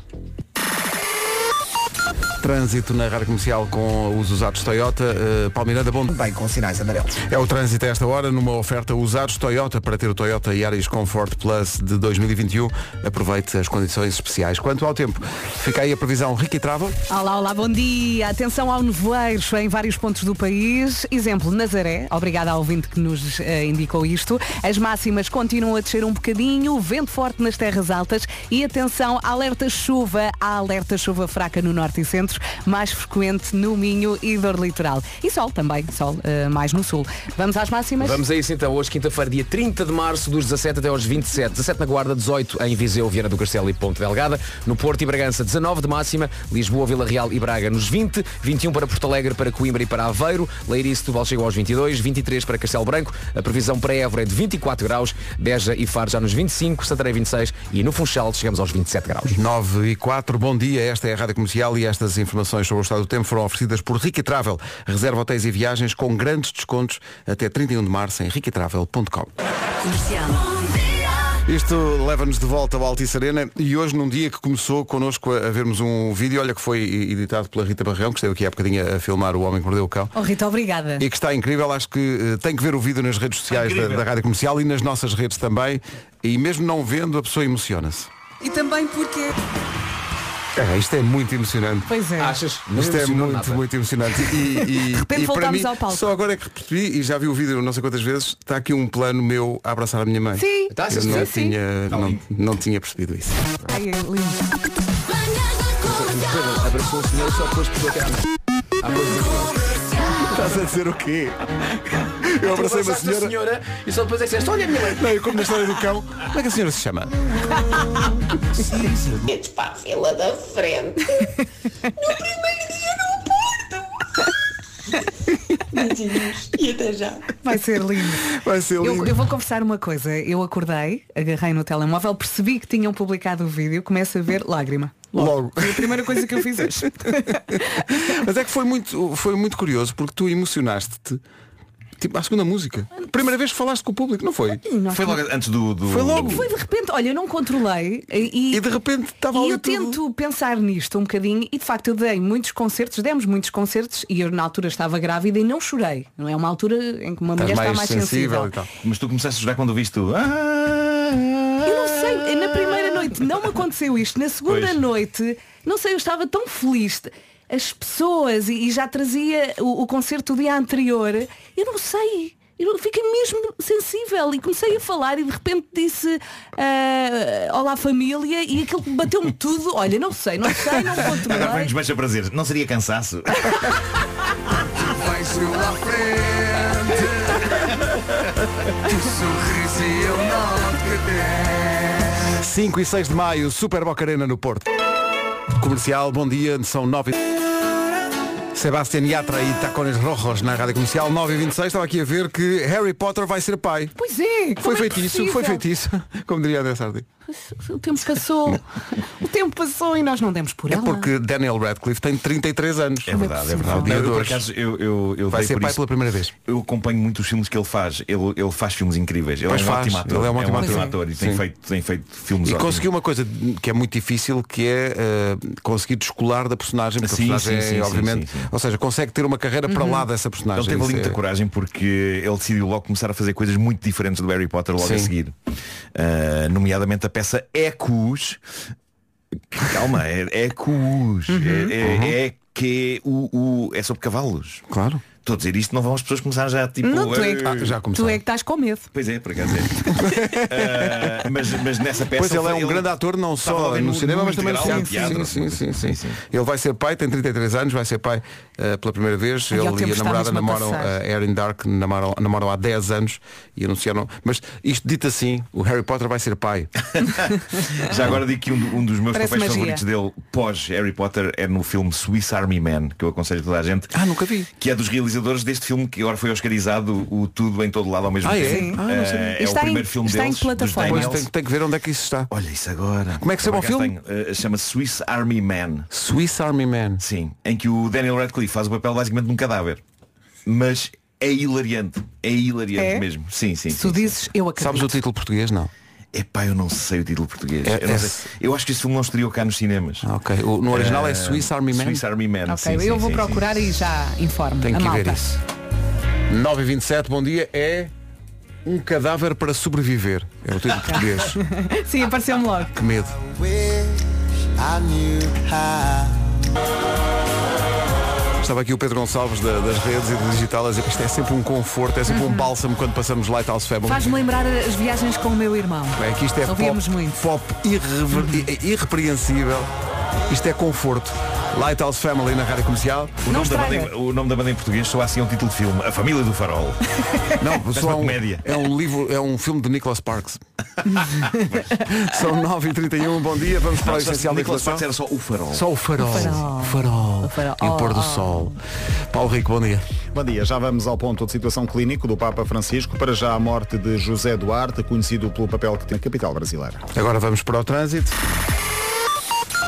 [SPEAKER 1] Trânsito na rádio comercial com os usados Toyota. Uh, Palmeiranda, bom
[SPEAKER 2] Bem, com sinais amarelos.
[SPEAKER 1] É o trânsito a esta hora numa oferta usados Toyota para ter o Toyota Yaris Comfort Plus de 2021. Aproveite as condições especiais. Quanto ao tempo, fica aí a previsão Rica e Trava.
[SPEAKER 3] Olá, olá, bom dia. Atenção ao nevoeiro em vários pontos do país. Exemplo, Nazaré. Obrigada ao ouvinte que nos eh, indicou isto. As máximas continuam a descer um bocadinho. Vento forte nas terras altas. E atenção, alerta chuva. Há alerta chuva fraca no norte e centro. Mais frequente no Minho e dor litoral. E sol também. Sol eh, mais no sul. Vamos às máximas?
[SPEAKER 7] Vamos a isso então, hoje quinta-feira, dia 30 de março, dos 17 até aos 27. 17 na Guarda, 18 em Viseu, Viana do Castelo e Ponte Delgada. No Porto e Bragança, 19 de máxima. Lisboa, Vila Real e Braga nos 20. 21 para Porto Alegre, para Coimbra e para Aveiro. Leiria e Setúbal chegam aos 22. 23 para Castelo Branco. A previsão para Évora é de 24 graus. Beja e Faro já nos 25. Santarém 26. E no Funchal chegamos aos 27 graus.
[SPEAKER 1] 9 e 4, bom dia, esta é a Rádio Comercial e estas informações sobre o estado do tempo foram oferecidas por Rica Travel. Reserva hotéis e viagens com um grandes descontos até 31 de março em riquitravel.com.
[SPEAKER 10] Comercial. Bom dia.
[SPEAKER 1] Isto leva-nos de volta ao Altice Arena e hoje num dia que começou connosco a, a vermos um vídeo, olha que foi editado pela Rita Barrão, que esteve aqui há bocadinho a filmar O Homem que Mordeu o Cão.
[SPEAKER 3] Oh, Rita, obrigada.
[SPEAKER 1] E que está incrível, acho que eh, tem que ver o vídeo nas redes sociais da,
[SPEAKER 5] Incrível.
[SPEAKER 1] da Rádio Comercial e nas nossas redes também. E mesmo não vendo, a pessoa emociona-se.
[SPEAKER 5] E também porque.
[SPEAKER 1] É, isto é muito emocionante.
[SPEAKER 3] Pois é.
[SPEAKER 7] Achas? Não
[SPEAKER 1] Isto é
[SPEAKER 7] emocionou
[SPEAKER 1] muito,
[SPEAKER 7] nada.
[SPEAKER 1] muito emocionante. E, e-
[SPEAKER 3] De repente
[SPEAKER 1] e para
[SPEAKER 3] voltámos
[SPEAKER 1] mim,
[SPEAKER 3] ao palco.
[SPEAKER 1] Só agora é que repercebi e já vi o vídeo não sei quantas vezes, está aqui um plano meu a abraçar a minha mãe.
[SPEAKER 3] Sim. Tá,
[SPEAKER 1] Eu
[SPEAKER 3] sim,
[SPEAKER 1] não,
[SPEAKER 3] sim, sim.
[SPEAKER 1] Tinha, não, não tinha percebido isso.
[SPEAKER 3] Ai, é lindo.
[SPEAKER 7] Abraçou o senhor só pôs por
[SPEAKER 1] Estás a dizer o quê? Eu abracei uma
[SPEAKER 7] Abraçaste a
[SPEAKER 1] senhora.
[SPEAKER 7] senhora e só depois é que disseste, olha minha mãe.
[SPEAKER 1] Não, eu como na história do cão. Como é que a senhora se chama?
[SPEAKER 10] Dedos para a fila da frente. No primeiro dia no Porto. Beijinhos e até já.
[SPEAKER 3] Vai ser lindo.
[SPEAKER 1] Vai ser
[SPEAKER 3] Eu, eu vou confessar uma coisa. Eu acordei, agarrei no telemóvel, percebi que tinham publicado o vídeo, começo a ver lágrima.
[SPEAKER 1] Logo.
[SPEAKER 3] Foi a primeira coisa que eu fiz hoje.
[SPEAKER 1] Mas é que foi muito, foi muito curioso porque tu emocionaste-te. Tipo, à segunda música. Primeira vez que falaste com o público, não foi?
[SPEAKER 3] Não,
[SPEAKER 9] Foi logo antes do. do-
[SPEAKER 1] Foi
[SPEAKER 3] É
[SPEAKER 1] logo.
[SPEAKER 3] que foi de repente, olha, eu não controlei e,
[SPEAKER 1] E de repente estava
[SPEAKER 3] e
[SPEAKER 1] ali
[SPEAKER 3] eu
[SPEAKER 1] tudo.
[SPEAKER 3] tento pensar nisto um bocadinho e de facto eu dei muitos concertos, demos muitos concertos e eu na altura estava grávida e não chorei. Não é uma altura em que uma mulher está mais sensível.
[SPEAKER 9] Mas tu Ah, começaste a jogar quando viste o. Eu
[SPEAKER 3] não sei, é na
[SPEAKER 1] Ah.
[SPEAKER 3] primeira noite não me aconteceu isto, na segunda
[SPEAKER 9] Pois.
[SPEAKER 3] noite, não sei, eu estava tão feliz. As pessoas, e, e já trazia o, o concerto do dia anterior, eu não sei. Eu não- fiquei mesmo sensível e comecei a falar e de repente disse ah, Olá família e aquilo bateu-me tudo, olha, não sei, não sei, não
[SPEAKER 9] Agora
[SPEAKER 3] controlei.
[SPEAKER 9] vem-nos mais a prazer. Não seria cansaço?
[SPEAKER 3] Ah,
[SPEAKER 6] Vais eu um à frente Tu sorriso e eu não te deixo
[SPEAKER 1] 5 e 6 de maio, Super Boca Arena no Porto. Comercial, bom dia, são 9 e... Sebastián Yatra e Tacones Rojos na Rádio Comercial 9 e 26 Estava aqui a ver que Harry Potter vai ser pai.
[SPEAKER 3] Pois é, como
[SPEAKER 1] Foi
[SPEAKER 3] é
[SPEAKER 1] feitiço,
[SPEAKER 3] possível?
[SPEAKER 1] foi feitiço, como diria André Sardi.
[SPEAKER 3] O tempo passou, o tempo passou e nós não demos por
[SPEAKER 1] É
[SPEAKER 3] ela.
[SPEAKER 1] porque Daniel Radcliffe tem 33 anos.
[SPEAKER 9] É verdade, é verdade. Eu, eu, por acaso, eu, eu, eu
[SPEAKER 1] Vai
[SPEAKER 9] dei
[SPEAKER 1] ser
[SPEAKER 9] por
[SPEAKER 1] pai
[SPEAKER 9] isso.
[SPEAKER 1] pela primeira vez.
[SPEAKER 9] Eu acompanho muito os filmes que ele faz. Ele, ele faz filmes incríveis. Ele
[SPEAKER 1] Pois
[SPEAKER 9] é um
[SPEAKER 1] faz,
[SPEAKER 9] ótimo ator.
[SPEAKER 1] ele é um ótimo ator.
[SPEAKER 9] ator e tem
[SPEAKER 1] Sim.
[SPEAKER 9] feito, tem feito filmes
[SPEAKER 1] E
[SPEAKER 9] ótimos.
[SPEAKER 1] conseguiu uma coisa que é muito difícil, que é eh, conseguir descolar da personagem, porque
[SPEAKER 9] Sim,
[SPEAKER 1] a personagem
[SPEAKER 9] sim, sim,
[SPEAKER 1] é,
[SPEAKER 9] sim,
[SPEAKER 1] obviamente.
[SPEAKER 9] sim, sim.
[SPEAKER 1] Ou seja, consegue ter uma carreira para
[SPEAKER 9] Uhum.
[SPEAKER 1] lá dessa personagem.
[SPEAKER 9] Ele teve ali
[SPEAKER 1] Isso
[SPEAKER 9] muita
[SPEAKER 1] é-
[SPEAKER 9] coragem porque ele decidiu logo começar a fazer coisas muito diferentes do Harry Potter logo
[SPEAKER 1] Sim.
[SPEAKER 9] a seguir. Ah, nomeadamente a peça Ecos. Calma, é Ecos.
[SPEAKER 1] Uhum.
[SPEAKER 9] É, é, é que o, o- é sobre cavalos.
[SPEAKER 1] Claro.
[SPEAKER 9] Estou a dizer isto, não vão as pessoas começar já tipo.
[SPEAKER 3] não, tu é,
[SPEAKER 9] "Ei".
[SPEAKER 1] tá-"
[SPEAKER 3] que- tu é que estás com medo.
[SPEAKER 9] Pois é, por acaso é. Ah, mas, mas nessa peça.
[SPEAKER 1] Pois ele é um grande ator, não
[SPEAKER 9] estava
[SPEAKER 1] só
[SPEAKER 9] ali
[SPEAKER 1] no
[SPEAKER 9] no-
[SPEAKER 1] cinema,
[SPEAKER 9] no
[SPEAKER 1] mas também no
[SPEAKER 9] integral, no
[SPEAKER 1] teatro.
[SPEAKER 9] teatro.
[SPEAKER 1] Sim, sim,
[SPEAKER 9] assim.
[SPEAKER 1] sim, sim. Ele vai ser pai, tem 33 anos, vai ser pai eh, pela primeira vez.
[SPEAKER 9] Ai, ao
[SPEAKER 1] ele
[SPEAKER 9] tempo
[SPEAKER 1] e a
[SPEAKER 9] está
[SPEAKER 1] namorada
[SPEAKER 9] mesmo a
[SPEAKER 1] namoram,
[SPEAKER 9] passar.
[SPEAKER 1] eh, Erin Dark, namoram, namoram há 10 anos e anunciaram. Mas isto dito assim, o Harry Potter vai ser pai.
[SPEAKER 9] Já agora digo que um, do- um dos meus
[SPEAKER 1] Parece
[SPEAKER 9] papéis
[SPEAKER 1] magia.
[SPEAKER 9] favoritos dele pós Harry Potter é no filme Swiss Army Man, que eu aconselho toda a gente.
[SPEAKER 1] Ah, nunca vi.
[SPEAKER 9] Que é dos realizadores deste filme que agora foi oscarizado o Tudo em Todo Lado ao mesmo
[SPEAKER 1] Ah, é?
[SPEAKER 9] tempo.
[SPEAKER 1] Ah, não sabia.
[SPEAKER 9] Eh, é
[SPEAKER 1] Está
[SPEAKER 9] o
[SPEAKER 1] em-
[SPEAKER 9] primeiro filme
[SPEAKER 1] está em
[SPEAKER 9] deles. dos
[SPEAKER 1] plataformas.
[SPEAKER 9] Daniels.
[SPEAKER 1] Pois, tem- que ver onde é que isso está.
[SPEAKER 9] Olha isso agora.
[SPEAKER 1] Como é que se chama o
[SPEAKER 9] Por acaso
[SPEAKER 1] filme?
[SPEAKER 9] tenho, eh, Chama-se Swiss Army Man.
[SPEAKER 1] Swiss Army Man.
[SPEAKER 9] Sim. Em que o Daniel Radcliffe faz o papel basicamente de um cadáver. Mas é hilariante. É hilariante
[SPEAKER 3] É?
[SPEAKER 9] mesmo. Sim, sim.
[SPEAKER 3] Se tu dizes, eu acredito.
[SPEAKER 1] Sabes o título português, não?
[SPEAKER 9] Epá, eu não sei o título português.
[SPEAKER 1] É-
[SPEAKER 9] eu, não
[SPEAKER 1] é-
[SPEAKER 9] sei. Eu acho que esse filme não estreou cá nos cinemas. Eh,
[SPEAKER 1] ok. no original é Swiss Army Man?
[SPEAKER 9] Swiss Army Man.
[SPEAKER 3] Ok,
[SPEAKER 9] sim,
[SPEAKER 3] eu
[SPEAKER 9] sim,
[SPEAKER 3] vou
[SPEAKER 9] sim,
[SPEAKER 3] procurar e já informo.
[SPEAKER 1] Tenho
[SPEAKER 3] a
[SPEAKER 1] que
[SPEAKER 3] malta.
[SPEAKER 1] ver isso. 9 e 27 bom dia, é um cadáver para sobreviver. É o título português.
[SPEAKER 3] Sim, apareceu-me logo.
[SPEAKER 1] Que medo. Estava aqui o Pedro Gonçalves da- das redes e do digital a dizer que isto é sempre um conforto, é sempre
[SPEAKER 3] Uhum.
[SPEAKER 1] um bálsamo quando passamos Lighthouse Family.
[SPEAKER 3] Faz-me lembrar as viagens com o meu irmão.
[SPEAKER 1] É que isto é pop,
[SPEAKER 3] Ouvimos Uhum.
[SPEAKER 1] pop irrever- i- irrepreensível. Isto é conforto. Lighthouse Family na rádio comercial.
[SPEAKER 9] O nome, da banda em, o nome da banda em português soa assim a um título de filme A Família do Farol
[SPEAKER 1] Não,
[SPEAKER 9] Parece
[SPEAKER 1] só
[SPEAKER 9] uma
[SPEAKER 1] um,
[SPEAKER 9] comédia.
[SPEAKER 1] é um livro, é um filme de Nicholas Parks. São 9h31, bom dia, vamos para o
[SPEAKER 9] Não, só-
[SPEAKER 1] essencial da
[SPEAKER 9] Nicholas
[SPEAKER 1] informação.
[SPEAKER 9] Parks era só o farol.
[SPEAKER 1] é- Só o farol.
[SPEAKER 9] O farol.
[SPEAKER 1] O farol. E o pôr do
[SPEAKER 12] Oh,
[SPEAKER 1] sol. Paulo Rico, bom dia.
[SPEAKER 12] Bom dia, já vamos ao ponto de situação clínico do Papa Francisco para já a morte de José Duarte, conhecido pelo papel que tem na capital brasileira.
[SPEAKER 1] Agora vamos para o trânsito.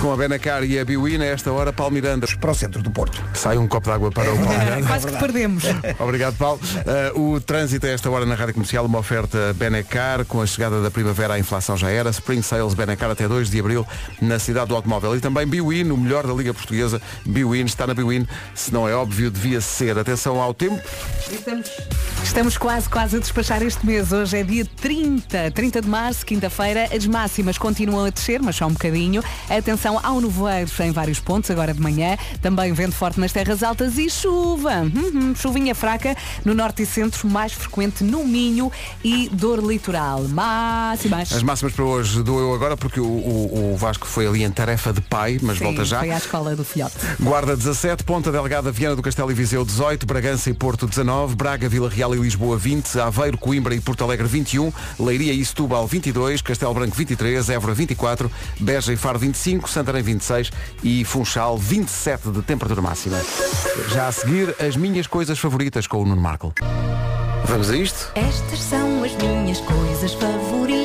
[SPEAKER 1] Com a Benacar e a Biwin, a esta hora, Paulo Miranda.
[SPEAKER 2] Para o centro do Porto.
[SPEAKER 1] Sai um copo de água para o Paulo Miranda.
[SPEAKER 3] Quase que perdemos.
[SPEAKER 1] É Obrigado, Paulo. Eh, o trânsito a esta hora na Rádio Comercial, uma oferta Benacar, com a chegada da primavera a inflação já era, Spring Sales Benacar até 2 de Abril na cidade do automóvel. E também Biwin, o melhor da Liga Portuguesa, Biwin, está na Biwin, se não é óbvio, devia ser. Atenção ao tempo.
[SPEAKER 3] Estamos, estamos quase, quase a despachar este mês. Hoje é dia 30, 30 de março, quinta-feira. As máximas continuam a descer, mas só um bocadinho. Atenção ao nevoeiro em vários pontos, agora de manhã. Também vento forte nas terras altas e chuva. Uhum, chuvinha fraca no norte e centro, mais frequente no Minho e dor litoral. Máximas.
[SPEAKER 1] As máximas para hoje dou eu agora, porque o, o- o Vasco foi ali em tarefa de pai, mas
[SPEAKER 3] Sim,
[SPEAKER 1] volta já.
[SPEAKER 3] Foi à escola do filhote.
[SPEAKER 1] Guarda 17, Ponta Delgada, Viana do Castelo e Viseu 18, Bragança e Porto 19, Braga, Vila Real e Lisboa 20, Aveiro, Coimbra e Porto Alegre 21, Leiria e Setúbal 22, Castelo Branco 23, Évora 24, Beja e Faro 25, Santarém 26 e Funchal 27 de temperatura máxima. Já a seguir, as minhas coisas favoritas com o Nuno Marco. Vamos a isto?
[SPEAKER 10] Estas são as minhas coisas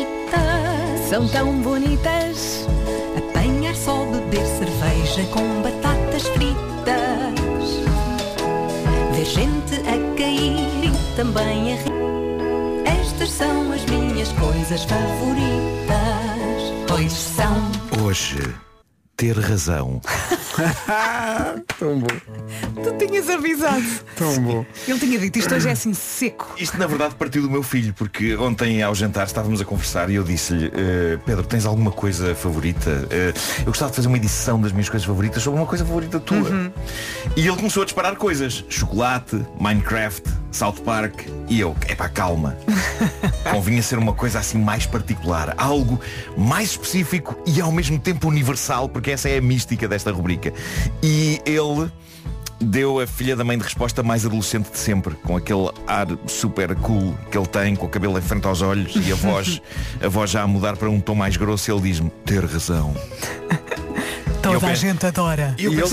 [SPEAKER 10] favoritas. São tão bonitas. Apanhar só, beber cerveja com batatas fritas. Ver gente a cair e também a rir. Estas são as minhas coisas favoritas. Pois são.
[SPEAKER 9] Hoje, ter razão.
[SPEAKER 1] Tão bom.
[SPEAKER 3] Tu tinhas avisado.
[SPEAKER 1] Tão bom.
[SPEAKER 3] Ele tinha dito, isto hoje é assim seco.
[SPEAKER 9] Isto na verdade partiu do meu filho, porque ontem ao jantar estávamos a conversar e eu disse-lhe, "Eh, Pedro, tens alguma coisa favorita? Eh, eu gostava de fazer uma edição das minhas coisas favoritas sobre uma coisa favorita tua. E ele começou a disparar coisas. Chocolate, Minecraft, South Park e eu, epá, calma. Convinha ser uma coisa assim mais particular, algo mais específico e ao mesmo tempo universal, porque essa é a mística desta rubrica. E ele deu a filha da mãe de resposta mais adolescente de sempre, com aquele ar super cool que ele tem, com o cabelo em frente aos olhos e a voz, a voz já a mudar para um tom mais grosso, ele diz-me, ter razão. Eu
[SPEAKER 13] Toda a
[SPEAKER 9] penso-
[SPEAKER 13] gente adora.
[SPEAKER 9] E eu pensei,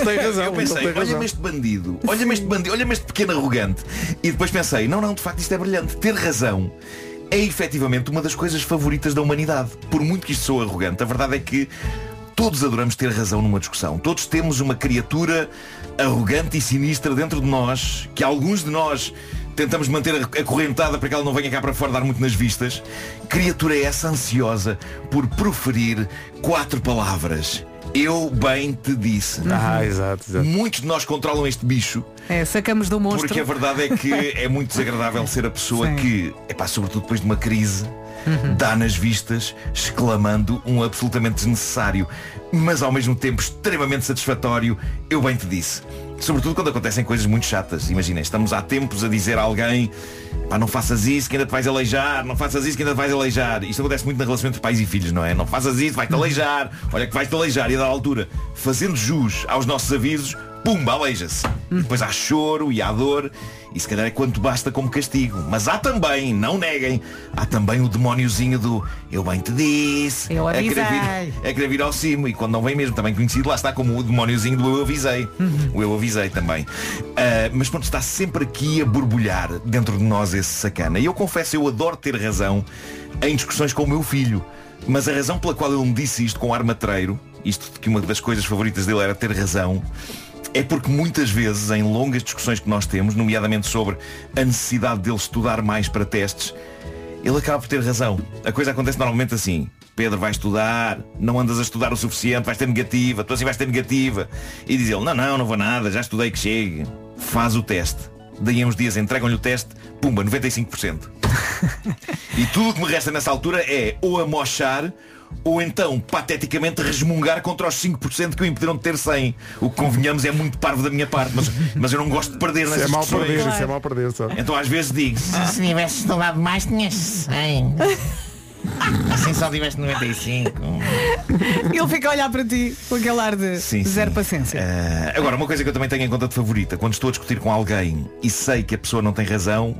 [SPEAKER 9] eu pensei, olha-me este bandido, olha-me este bandido, olha-me este pequeno arrogante. E depois pensei, não, não, de facto isto é brilhante. Ter razão é efetivamente uma das coisas favoritas da humanidade. Por muito que isto sou arrogante, a verdade é que todos adoramos ter razão numa discussão. Todos temos uma criatura arrogante e sinistra dentro de nós, que alguns de nós tentamos manter acorrentada para que ela não venha cá para fora dar muito nas vistas. Criatura essa ansiosa por proferir quatro palavras. Eu bem te disse.
[SPEAKER 1] Ah, exato, exato.
[SPEAKER 9] Muitos de nós controlam este bicho
[SPEAKER 3] É, sacamos do monstro.
[SPEAKER 9] porque a verdade é que é muito desagradável ser a pessoa
[SPEAKER 3] Sim. Uhum.
[SPEAKER 9] que, epá, sobretudo depois de uma crise, dá nas vistas, exclamando um absolutamente desnecessário, mas ao mesmo tempo extremamente satisfatório, eu bem te disse. Sobretudo quando acontecem coisas muito chatas. Imagina, estamos há tempos a dizer a alguém Pá, não faças isso que ainda te vais aleijar, não faças isso que ainda te vais aleijar. Isto acontece muito na relação entre pais e filhos, não é? Não faças isso,
[SPEAKER 3] Uhum.
[SPEAKER 9] vai-te aleijar, olha que vais-te aleijar. E a dada altura, fazendo jus aos nossos avisos, pumba, aleija-se. E depois há choro e há dor, e se calhar é quanto basta como castigo. Mas há também, não neguem, há também o demóniozinho do eu bem te disse,
[SPEAKER 6] Eu
[SPEAKER 9] a querer vir-
[SPEAKER 6] avisei.
[SPEAKER 9] é querer vir ao cimo e quando não vem mesmo, também conhecido, lá está como o demóniozinho do eu avisei.
[SPEAKER 6] Uhum.
[SPEAKER 9] O eu avisei também. Ah, mas pronto, está sempre aqui a borbulhar dentro de nós esse sacana. E eu confesso, eu adoro ter razão em discussões com o meu filho. Mas a razão pela qual ele me disse isto com ar matreiro, isto de que uma das coisas favoritas dele era ter razão, é porque muitas vezes, em longas discussões que nós temos, nomeadamente sobre a necessidade dele estudar mais para testes, ele acaba por ter razão. A coisa acontece normalmente assim. Pedro, vai estudar, não andas a estudar o suficiente, vais ter negativa, tu assim vais ter negativa. E diz ele, não, não, não vou nada, já estudei que chegue. Faz o teste. Daí a uns dias entregam-lhe o teste, pumba, 95%. e tudo o que me resta nessa altura é ou amochar, ou então pateticamente resmungar contra os 5% que o impediram de ter 100. O que convenhamos é muito parvo da minha parte, mas, mas eu não gosto de perder
[SPEAKER 1] Isso
[SPEAKER 9] nessas
[SPEAKER 1] é mal
[SPEAKER 9] discussões.
[SPEAKER 1] perder, isso é mal perder, só.
[SPEAKER 9] Então às vezes digo,
[SPEAKER 14] Se tivesse estudado mais, tinhas 100. Assim só tiveste 95.
[SPEAKER 3] Ele fica a olhar para ti com aquele ar de
[SPEAKER 9] Sim,
[SPEAKER 3] zero paciência.
[SPEAKER 9] Ah, agora, uma coisa que eu também tenho em conta de favorita, quando estou a discutir com alguém e sei que a pessoa não tem razão,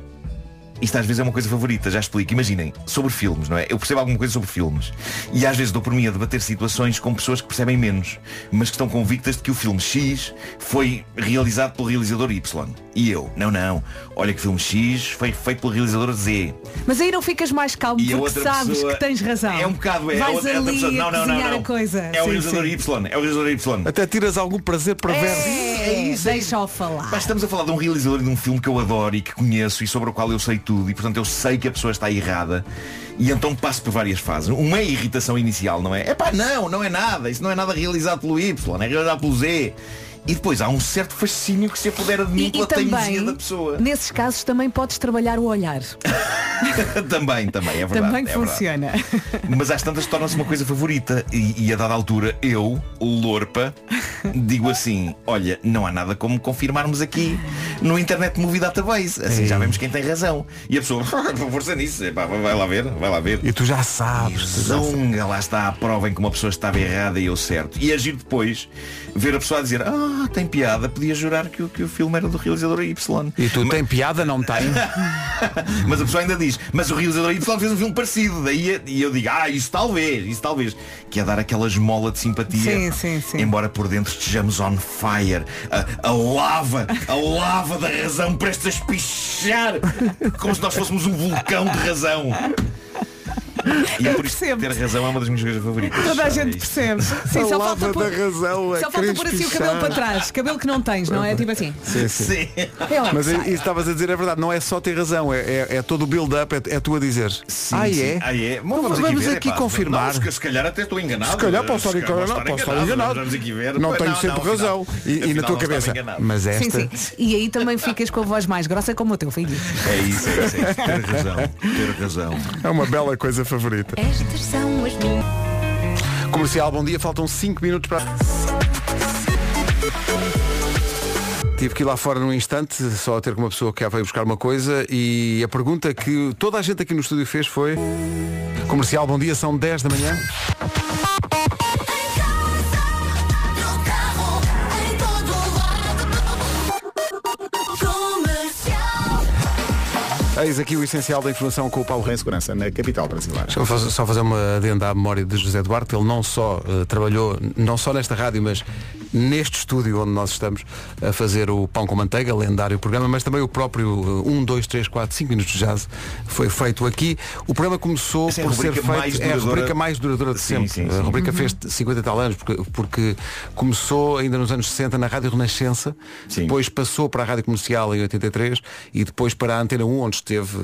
[SPEAKER 9] Isto às vezes é uma coisa favorita, já explico. Imaginem, sobre filmes, não é? Eu percebo alguma coisa sobre filmes. E às vezes dou por mim a debater situações com pessoas que percebem menos, mas que estão convictas de que o filme X foi realizado pelo realizador Y. E eu, não, não. Olha que o filme X foi feito pelo realizador Z.
[SPEAKER 3] Mas aí não ficas mais calmo
[SPEAKER 9] E a
[SPEAKER 3] porque
[SPEAKER 9] outra
[SPEAKER 3] sabes
[SPEAKER 9] pessoa-
[SPEAKER 3] que tens razão.
[SPEAKER 9] É um bocado, é. a
[SPEAKER 3] Vais
[SPEAKER 9] outra, é a outra
[SPEAKER 3] ali
[SPEAKER 9] pessoa. Não, não, não.
[SPEAKER 3] cozinhar
[SPEAKER 9] não.
[SPEAKER 3] a coisa.
[SPEAKER 9] É o
[SPEAKER 3] Sim,
[SPEAKER 9] realizador
[SPEAKER 3] sim.
[SPEAKER 9] Y. É o realizador Y.
[SPEAKER 1] Até tiras algum prazer perverso.
[SPEAKER 3] É, deixa eu falar.
[SPEAKER 9] Pá, estamos a falar de um realizador de um filme que eu adoro e que conheço e sobre o qual eu sei tudo e portanto eu sei que a pessoa está errada e então passo por várias fases. Uma é a irritação inicial, não é? É pá, não, não é nada, isso não é nada realizado pelo Y, é realizado pelo Z. E depois há um certo fascínio que se apodera de mim
[SPEAKER 3] E,
[SPEAKER 9] pela
[SPEAKER 3] e
[SPEAKER 9] teimosia
[SPEAKER 3] também,
[SPEAKER 9] é da pessoa.
[SPEAKER 3] nesses casos, também podes trabalhar o olhar.
[SPEAKER 9] também, também, é verdade.
[SPEAKER 3] também
[SPEAKER 9] é verdade.
[SPEAKER 3] funciona.
[SPEAKER 9] Mas às tantas torna-se uma coisa favorita e, e a dada altura eu, o Lorpa, digo assim, olha, não há nada como confirmarmos aqui no Internet Movie Database. Assim
[SPEAKER 1] É.
[SPEAKER 9] já vemos quem tem razão. E a pessoa, força nisso, Epá, vai lá ver, vai lá ver.
[SPEAKER 1] E tu já sabes.
[SPEAKER 9] Zonga, lá está a prova em que uma pessoa estava errada e eu certo. E agir depois, ver a pessoa a dizer, ah, tem piada, podia jurar que, o- que o filme era do realizador Y.
[SPEAKER 1] E tu tem piada, não tem?
[SPEAKER 9] mas a pessoa ainda diz, mas o realizador Y fez um filme parecido. Daí e eu digo, ah, isso talvez, isso talvez. Que é dar aquela esmola de simpatia.
[SPEAKER 3] Sim, sim, sim.
[SPEAKER 9] Embora por dentro estejamos on fire. A, a lava, a lava da razão prestes a espichar. Como se nós fôssemos um vulcão de razão. E é por isso que ter razão é uma das minhas coisas favoritas.
[SPEAKER 3] Toda a
[SPEAKER 9] É
[SPEAKER 3] gente
[SPEAKER 9] isto.
[SPEAKER 3] percebe. Sim,
[SPEAKER 1] A
[SPEAKER 3] só
[SPEAKER 1] lava
[SPEAKER 3] falta pôr,
[SPEAKER 1] da razão, a
[SPEAKER 3] só falta pôr assim o cabelo
[SPEAKER 1] crespixar.
[SPEAKER 3] para trás. Cabelo que não tens, não é? Tipo assim.
[SPEAKER 1] Sim, sim.
[SPEAKER 3] É lá que
[SPEAKER 1] Mas
[SPEAKER 3] sai.
[SPEAKER 1] isso estavas a dizer é verdade, não é só ter razão, é, é- é todo o build-up, é, é tu a dizer. ah,
[SPEAKER 9] Sim,
[SPEAKER 1] é?
[SPEAKER 9] sim. Ah, é? Bom,
[SPEAKER 1] Então
[SPEAKER 9] vamos, aqui, ver,
[SPEAKER 1] aqui
[SPEAKER 9] epá.
[SPEAKER 1] confirmar.
[SPEAKER 9] Não, se- se calhar até estou enganado.
[SPEAKER 1] Se calhar posso estar
[SPEAKER 9] Se calhar
[SPEAKER 1] enganado, posso estar enganado.
[SPEAKER 9] Vamos aqui ver.
[SPEAKER 1] Não
[SPEAKER 9] Pois,
[SPEAKER 1] tenho sempre
[SPEAKER 9] afinal-
[SPEAKER 1] razão. E- e na tua
[SPEAKER 9] afinal não estava
[SPEAKER 1] cabeça,
[SPEAKER 9] enganado.
[SPEAKER 1] mas é-
[SPEAKER 3] Sim,
[SPEAKER 1] Esta-
[SPEAKER 3] sim. E aí também ficas com a voz mais grossa como o teu filho.
[SPEAKER 9] É isso, é isso. é isso. Ter razão. Ter razão.
[SPEAKER 1] É uma bela coisa favorita.
[SPEAKER 10] Estas são as minhas.
[SPEAKER 1] Comercial, bom dia, faltam 5 minutos para. Tive que ir lá fora num instante, só a ter com uma pessoa que já veio buscar uma coisa e a pergunta que toda a gente aqui no estúdio fez foi Comercial, bom dia, são 10 da manhã. Eis aqui o essencial da informação com o Paulo
[SPEAKER 12] Em segurança, na capital brasileira.
[SPEAKER 1] Deixa eu faz- só fazer uma adenda à memória de José Duarte. Ele não só eh, trabalhou, não só nesta rádio, mas neste estúdio onde nós estamos a fazer o Pão com Manteiga, lendário programa, mas também o próprio eh, 1, 2, 3, 4, 5 minutos de jazz foi feito aqui. O programa começou
[SPEAKER 9] Essa é a
[SPEAKER 1] por ser
[SPEAKER 9] rubrica mais
[SPEAKER 1] feito, é a
[SPEAKER 9] duradoura.
[SPEAKER 1] rubrica mais duradoura de sempre.
[SPEAKER 9] Sim, sim,
[SPEAKER 1] A
[SPEAKER 9] sim.
[SPEAKER 1] rubrica fez 50 e tal anos, porque, porque começou ainda nos anos 60 na Rádio Renascença, depois passou para a Rádio Comercial em 83 e depois para a Antena 1, onde esteve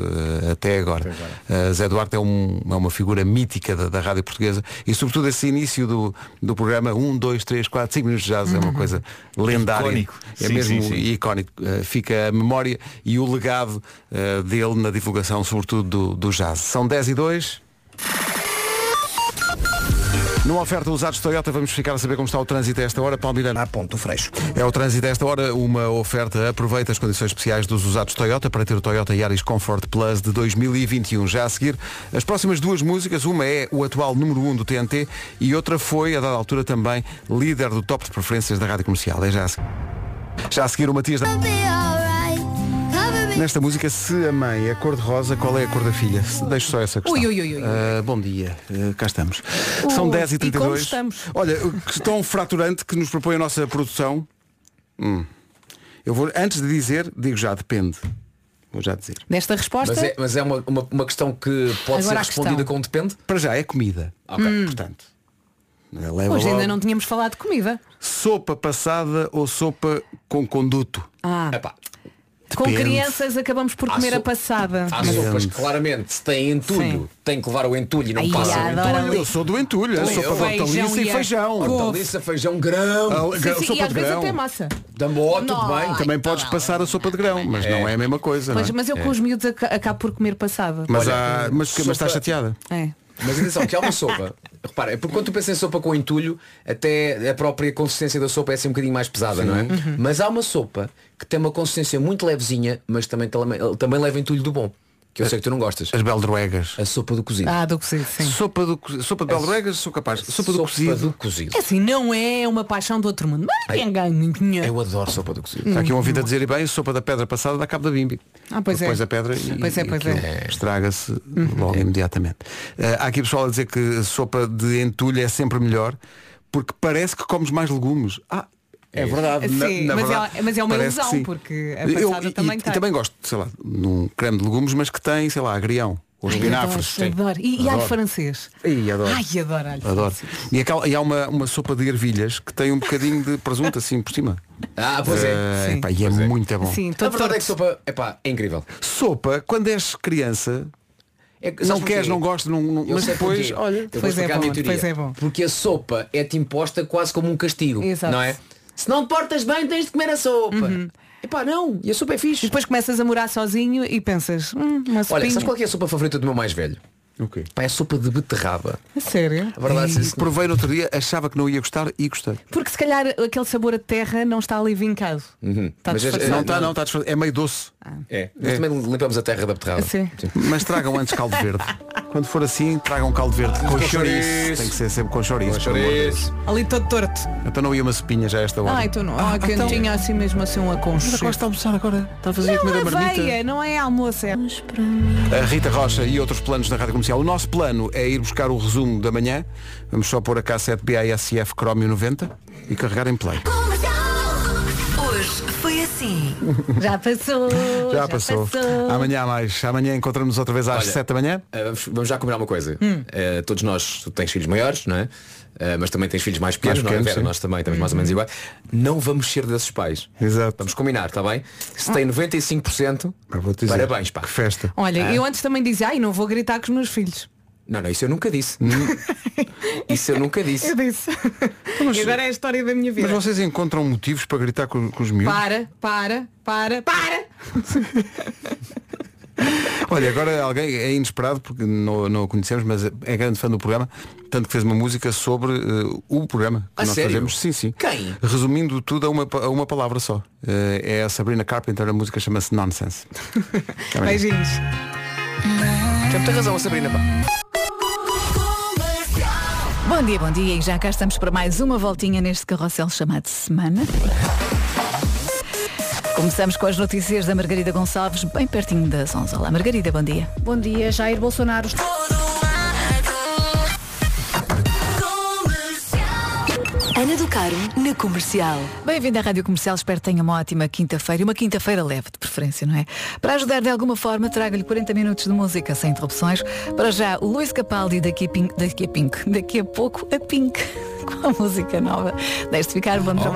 [SPEAKER 1] eh, até agora. Eh, Zé Duarte é, um- é uma figura mítica da, da rádio portuguesa e sobretudo esse início do, do programa 1, 2, 3, 4, 5 minutos de jazz é uma coisa lendária.
[SPEAKER 9] Icónico.
[SPEAKER 1] É
[SPEAKER 9] Sim,
[SPEAKER 1] mesmo
[SPEAKER 9] sim, sim.
[SPEAKER 1] e icónico. Eh, fica a memória e o legado eh, dele na divulgação, sobretudo do, do jazz. São 10 e 2. Numa oferta usados Toyota, vamos ficar a saber como está o trânsito a esta hora. Palmeirano. A ponto freixo. É o trânsito a esta hora, uma oferta. Aproveita as condições especiais dos usados Toyota para ter o Toyota Yaris Comfort Plus de 2021. Já a seguir, as próximas duas músicas, uma é o atual número 1 um do TNT e outra foi, a dada altura também, líder do top de preferências da Rádio Comercial. É já a seguir. Já a seguir o Matias da... Nesta música, se a mãe é cor-de-rosa, qual é a cor da filha? Se- Deixo só essa questão.
[SPEAKER 3] Ui, ui, ui, ui, ui.
[SPEAKER 1] Ah, bom dia, Ah, cá estamos.
[SPEAKER 3] Ui,
[SPEAKER 1] São 10 e
[SPEAKER 3] e como
[SPEAKER 1] 32
[SPEAKER 3] estamos?
[SPEAKER 1] Olha, questão fraturante que nos propõe a nossa produção. Hum. Eu vou, antes de dizer, digo já, depende. Vou já dizer.
[SPEAKER 3] Nesta resposta.
[SPEAKER 7] Mas é, mas é uma, uma, uma questão que pode
[SPEAKER 3] Agora
[SPEAKER 7] ser
[SPEAKER 3] a
[SPEAKER 7] respondida
[SPEAKER 3] questão.
[SPEAKER 7] com depende?
[SPEAKER 1] Para já, é comida.
[SPEAKER 7] Ok.
[SPEAKER 1] Portanto. eh, Leva
[SPEAKER 3] Hoje ainda
[SPEAKER 1] logo.
[SPEAKER 3] não tínhamos falado de comida.
[SPEAKER 1] Sopa passada ou sopa com conduto?
[SPEAKER 3] Ah,
[SPEAKER 7] Epá,
[SPEAKER 3] com
[SPEAKER 1] depende.
[SPEAKER 3] crianças acabamos por
[SPEAKER 7] Há
[SPEAKER 3] comer a
[SPEAKER 7] so-
[SPEAKER 3] passada.
[SPEAKER 7] Há sopas que claramente se têm entulho,
[SPEAKER 3] Sim.
[SPEAKER 7] tem que levar o entulho e não
[SPEAKER 3] Ai,
[SPEAKER 7] passa Então, o
[SPEAKER 3] adoro
[SPEAKER 7] entulho.
[SPEAKER 3] ali.
[SPEAKER 1] Então, Eu sou do entulho, eu
[SPEAKER 7] Também
[SPEAKER 1] sopa de
[SPEAKER 7] eu.
[SPEAKER 1] hortaliça
[SPEAKER 3] Feijão
[SPEAKER 1] e
[SPEAKER 3] e a-
[SPEAKER 1] feijão.
[SPEAKER 7] Hortaliça, feijão, grão.
[SPEAKER 1] Ah,
[SPEAKER 3] Sim, sim,
[SPEAKER 1] sopa
[SPEAKER 3] e às
[SPEAKER 1] de
[SPEAKER 3] vezes
[SPEAKER 1] grão.
[SPEAKER 3] até massa.
[SPEAKER 7] Dambó, tudo
[SPEAKER 3] Não.
[SPEAKER 7] bem.
[SPEAKER 1] Também podes passar a sopa de grão, mas não é a mesma coisa.
[SPEAKER 3] Pois,
[SPEAKER 1] não é?
[SPEAKER 3] mas eu com os miúdos aca- acabo por comer passada.
[SPEAKER 1] Mas, hum,
[SPEAKER 7] Olha,
[SPEAKER 1] há- mas, que- mas
[SPEAKER 7] sopa-
[SPEAKER 1] estás chateada?
[SPEAKER 3] É.
[SPEAKER 7] Mas atenção, que há uma sopa. Repara, é porque quando tu pensas em sopa com entulho, até a própria consistência da sopa é assim um bocadinho mais pesada, não é?
[SPEAKER 1] Uhum.
[SPEAKER 7] Mas há uma sopa que tem uma consistência muito levezinha, mas também, também leva entulho do bom. que eu sei que tu não gostas.
[SPEAKER 1] As beldroegas.
[SPEAKER 7] A sopa do cozido.
[SPEAKER 3] Ah, do cozido, sim.
[SPEAKER 1] Sopa, do, co- sopa de beldroegas, sou capaz. Sopa do cozido.
[SPEAKER 3] É assim, não é uma paixão do outro mundo. Mas
[SPEAKER 1] Ai,
[SPEAKER 3] quem ganha dinheiro?
[SPEAKER 7] Eu adoro sopa do cozido.
[SPEAKER 1] Está aqui um ouvido a dizer, e bem, sopa da pedra passada dá cabo da bimbi.
[SPEAKER 3] Uhum. Ah, pois é.
[SPEAKER 1] Depois a pedra e,
[SPEAKER 3] Pois é,
[SPEAKER 1] e
[SPEAKER 3] pois
[SPEAKER 1] aquilo
[SPEAKER 3] é.
[SPEAKER 1] estraga-se logo imediatamente. Eh, há aqui pessoal a dizer que sopa de entulho é sempre melhor, porque parece que comes mais legumes. Ah, é, verdade. na-
[SPEAKER 3] Sim,
[SPEAKER 1] na
[SPEAKER 3] mas,
[SPEAKER 1] verdade,
[SPEAKER 3] é, mas é uma
[SPEAKER 1] parece que
[SPEAKER 3] ilusão,
[SPEAKER 1] sim.
[SPEAKER 3] porque a
[SPEAKER 1] Eu-
[SPEAKER 3] passada
[SPEAKER 1] e-
[SPEAKER 3] também
[SPEAKER 1] e,
[SPEAKER 3] tem.
[SPEAKER 1] também gosto, sei lá, num creme de legumes, mas que tem, sei lá, agrião, ou
[SPEAKER 3] Ai,
[SPEAKER 1] espinafres.
[SPEAKER 3] adoro, adoro. E, e alho
[SPEAKER 1] Adoro.
[SPEAKER 3] francês.
[SPEAKER 1] Ih, adoro.
[SPEAKER 3] Ai, adoro alho
[SPEAKER 1] Adoro. E, aquela- e há uma, uma sopa de ervilhas que tem um bocadinho de presunto assim por cima.
[SPEAKER 7] Ah, pois é.
[SPEAKER 1] Eh,
[SPEAKER 7] Sim.
[SPEAKER 1] epá, e é muito é bom.
[SPEAKER 7] Sim, a verdade é que sopa epá, é incrível.
[SPEAKER 1] Sopa, quando és criança,
[SPEAKER 7] É,
[SPEAKER 1] não queres, não gostas, não, não-
[SPEAKER 7] Eu
[SPEAKER 1] mas
[SPEAKER 7] sei
[SPEAKER 1] depois,
[SPEAKER 7] porquê.
[SPEAKER 1] olha,
[SPEAKER 7] Eu vou explicar a minha teoria. Porque a sopa é-te imposta quase como um castigo.
[SPEAKER 3] Exato.
[SPEAKER 7] Não é? Se não te portas bem, tens de comer a sopa. Epá, não, e a sopa é fixe.
[SPEAKER 3] depois começas a morar sozinho e pensas, hum, uma sopinha.
[SPEAKER 7] Olha, sabes qual é que é a sopa favorita do meu mais velho?
[SPEAKER 1] O quê?
[SPEAKER 7] Pá, é sopa de beterraba.
[SPEAKER 3] A É sério?
[SPEAKER 7] A verdade, é
[SPEAKER 1] E provei no outro dia, achava que não ia gostar e gostei.
[SPEAKER 3] Porque se calhar aquele sabor a terra não está ali vincado. Tá Mas disfarçado.
[SPEAKER 1] não está, não está disfarçado. É meio doce.
[SPEAKER 7] É. Nós também limpamos a terra da beterraba.
[SPEAKER 3] Sim.
[SPEAKER 1] Mas tragam antes caldo verde. Quando for assim, tragam caldo verde com
[SPEAKER 7] Com
[SPEAKER 1] chouriço.
[SPEAKER 7] chouriço.
[SPEAKER 1] Tem que ser sempre com chouriço.
[SPEAKER 7] Com
[SPEAKER 1] pelo amor de Deus.
[SPEAKER 3] Ali todo torto.
[SPEAKER 1] Então não ia uma sopinha já a esta hora.
[SPEAKER 3] Ah, então não. Ah, que eu não tinha assim mesmo assim um aconchego. Mas
[SPEAKER 1] gosta de almoçar agora. Está a fazer
[SPEAKER 3] não,
[SPEAKER 1] comer a
[SPEAKER 3] é
[SPEAKER 1] marmita.
[SPEAKER 3] veia, não é almoço. É...
[SPEAKER 1] A Rita Rocha e outros planos da Rádio Comercial. O nosso plano é ir buscar o resumo da manhã. Vamos só pôr a K7 BASF Chromio 90 e carregar em play.
[SPEAKER 10] Hoje foi assim.
[SPEAKER 3] Já passou. é
[SPEAKER 1] Já passou. Ah, Amanhã há mais. Amanhã encontramos outra vez às
[SPEAKER 7] Olha,
[SPEAKER 1] 7 da manhã.
[SPEAKER 7] Ah, vamos, vamos já combinar uma coisa.
[SPEAKER 1] Hum.
[SPEAKER 7] Ah, todos nós, tu tens filhos maiores, não é? Ah, mas também tens filhos mais pequenos,
[SPEAKER 1] pequenos,
[SPEAKER 7] não é, Vera?
[SPEAKER 1] sim. Uhum.
[SPEAKER 7] Nós também estamos mais ou menos igual. Não vamos ser desses pais.
[SPEAKER 1] Exato.
[SPEAKER 7] Vamos combinar, está bem? Se tem 95%, parabéns, pá. Que
[SPEAKER 1] festa.
[SPEAKER 3] Olha, eu antes também dizia, ai, não vou gritar com os meus filhos.
[SPEAKER 7] Não, não, isso eu nunca disse. isso eu nunca disse.
[SPEAKER 3] Eu disse. E agora é a história da minha vida.
[SPEAKER 1] Mas vocês encontram motivos para gritar com, com os miúdos?
[SPEAKER 3] Para, para, para, para!
[SPEAKER 1] Olha, agora alguém é inesperado, porque não, não o conhecemos, mas é grande fã do programa, tanto que fez uma música sobre eh, o programa que
[SPEAKER 7] A
[SPEAKER 1] nós
[SPEAKER 7] sério?
[SPEAKER 1] fazemos. Sim, sim.
[SPEAKER 7] Quem?
[SPEAKER 1] Resumindo tudo a uma, pa- a uma palavra só. Eh, é a Sabrina Carpenter, a música chama-se Nonsense. Até amanhã.
[SPEAKER 3] Beijinhos.
[SPEAKER 7] Tem muita razão, a Sabrina, pá.
[SPEAKER 13] Bom dia, bom dia e já cá estamos para mais uma voltinha neste carrossel chamado Semana. Começamos com as notícias da Margarida Gonçalves, bem pertinho das 11. Olá, Margarida, bom dia.
[SPEAKER 15] Bom dia, Jair Bolsonaro.
[SPEAKER 13] Ana do Caro, na Comercial. Bem-vinda à Rádio Comercial, espero que tenha uma ótima quinta-feira e uma quinta-feira leve, de preferência, não é? Para ajudar de alguma forma, trago-lhe 40 minutos de música sem interrupções. Para já, o Luís Capaldi daqui a Pink, daqui a, Pink, daqui a pouco a Pink, com a música nova. Deixe-te ficar, bom trabalho.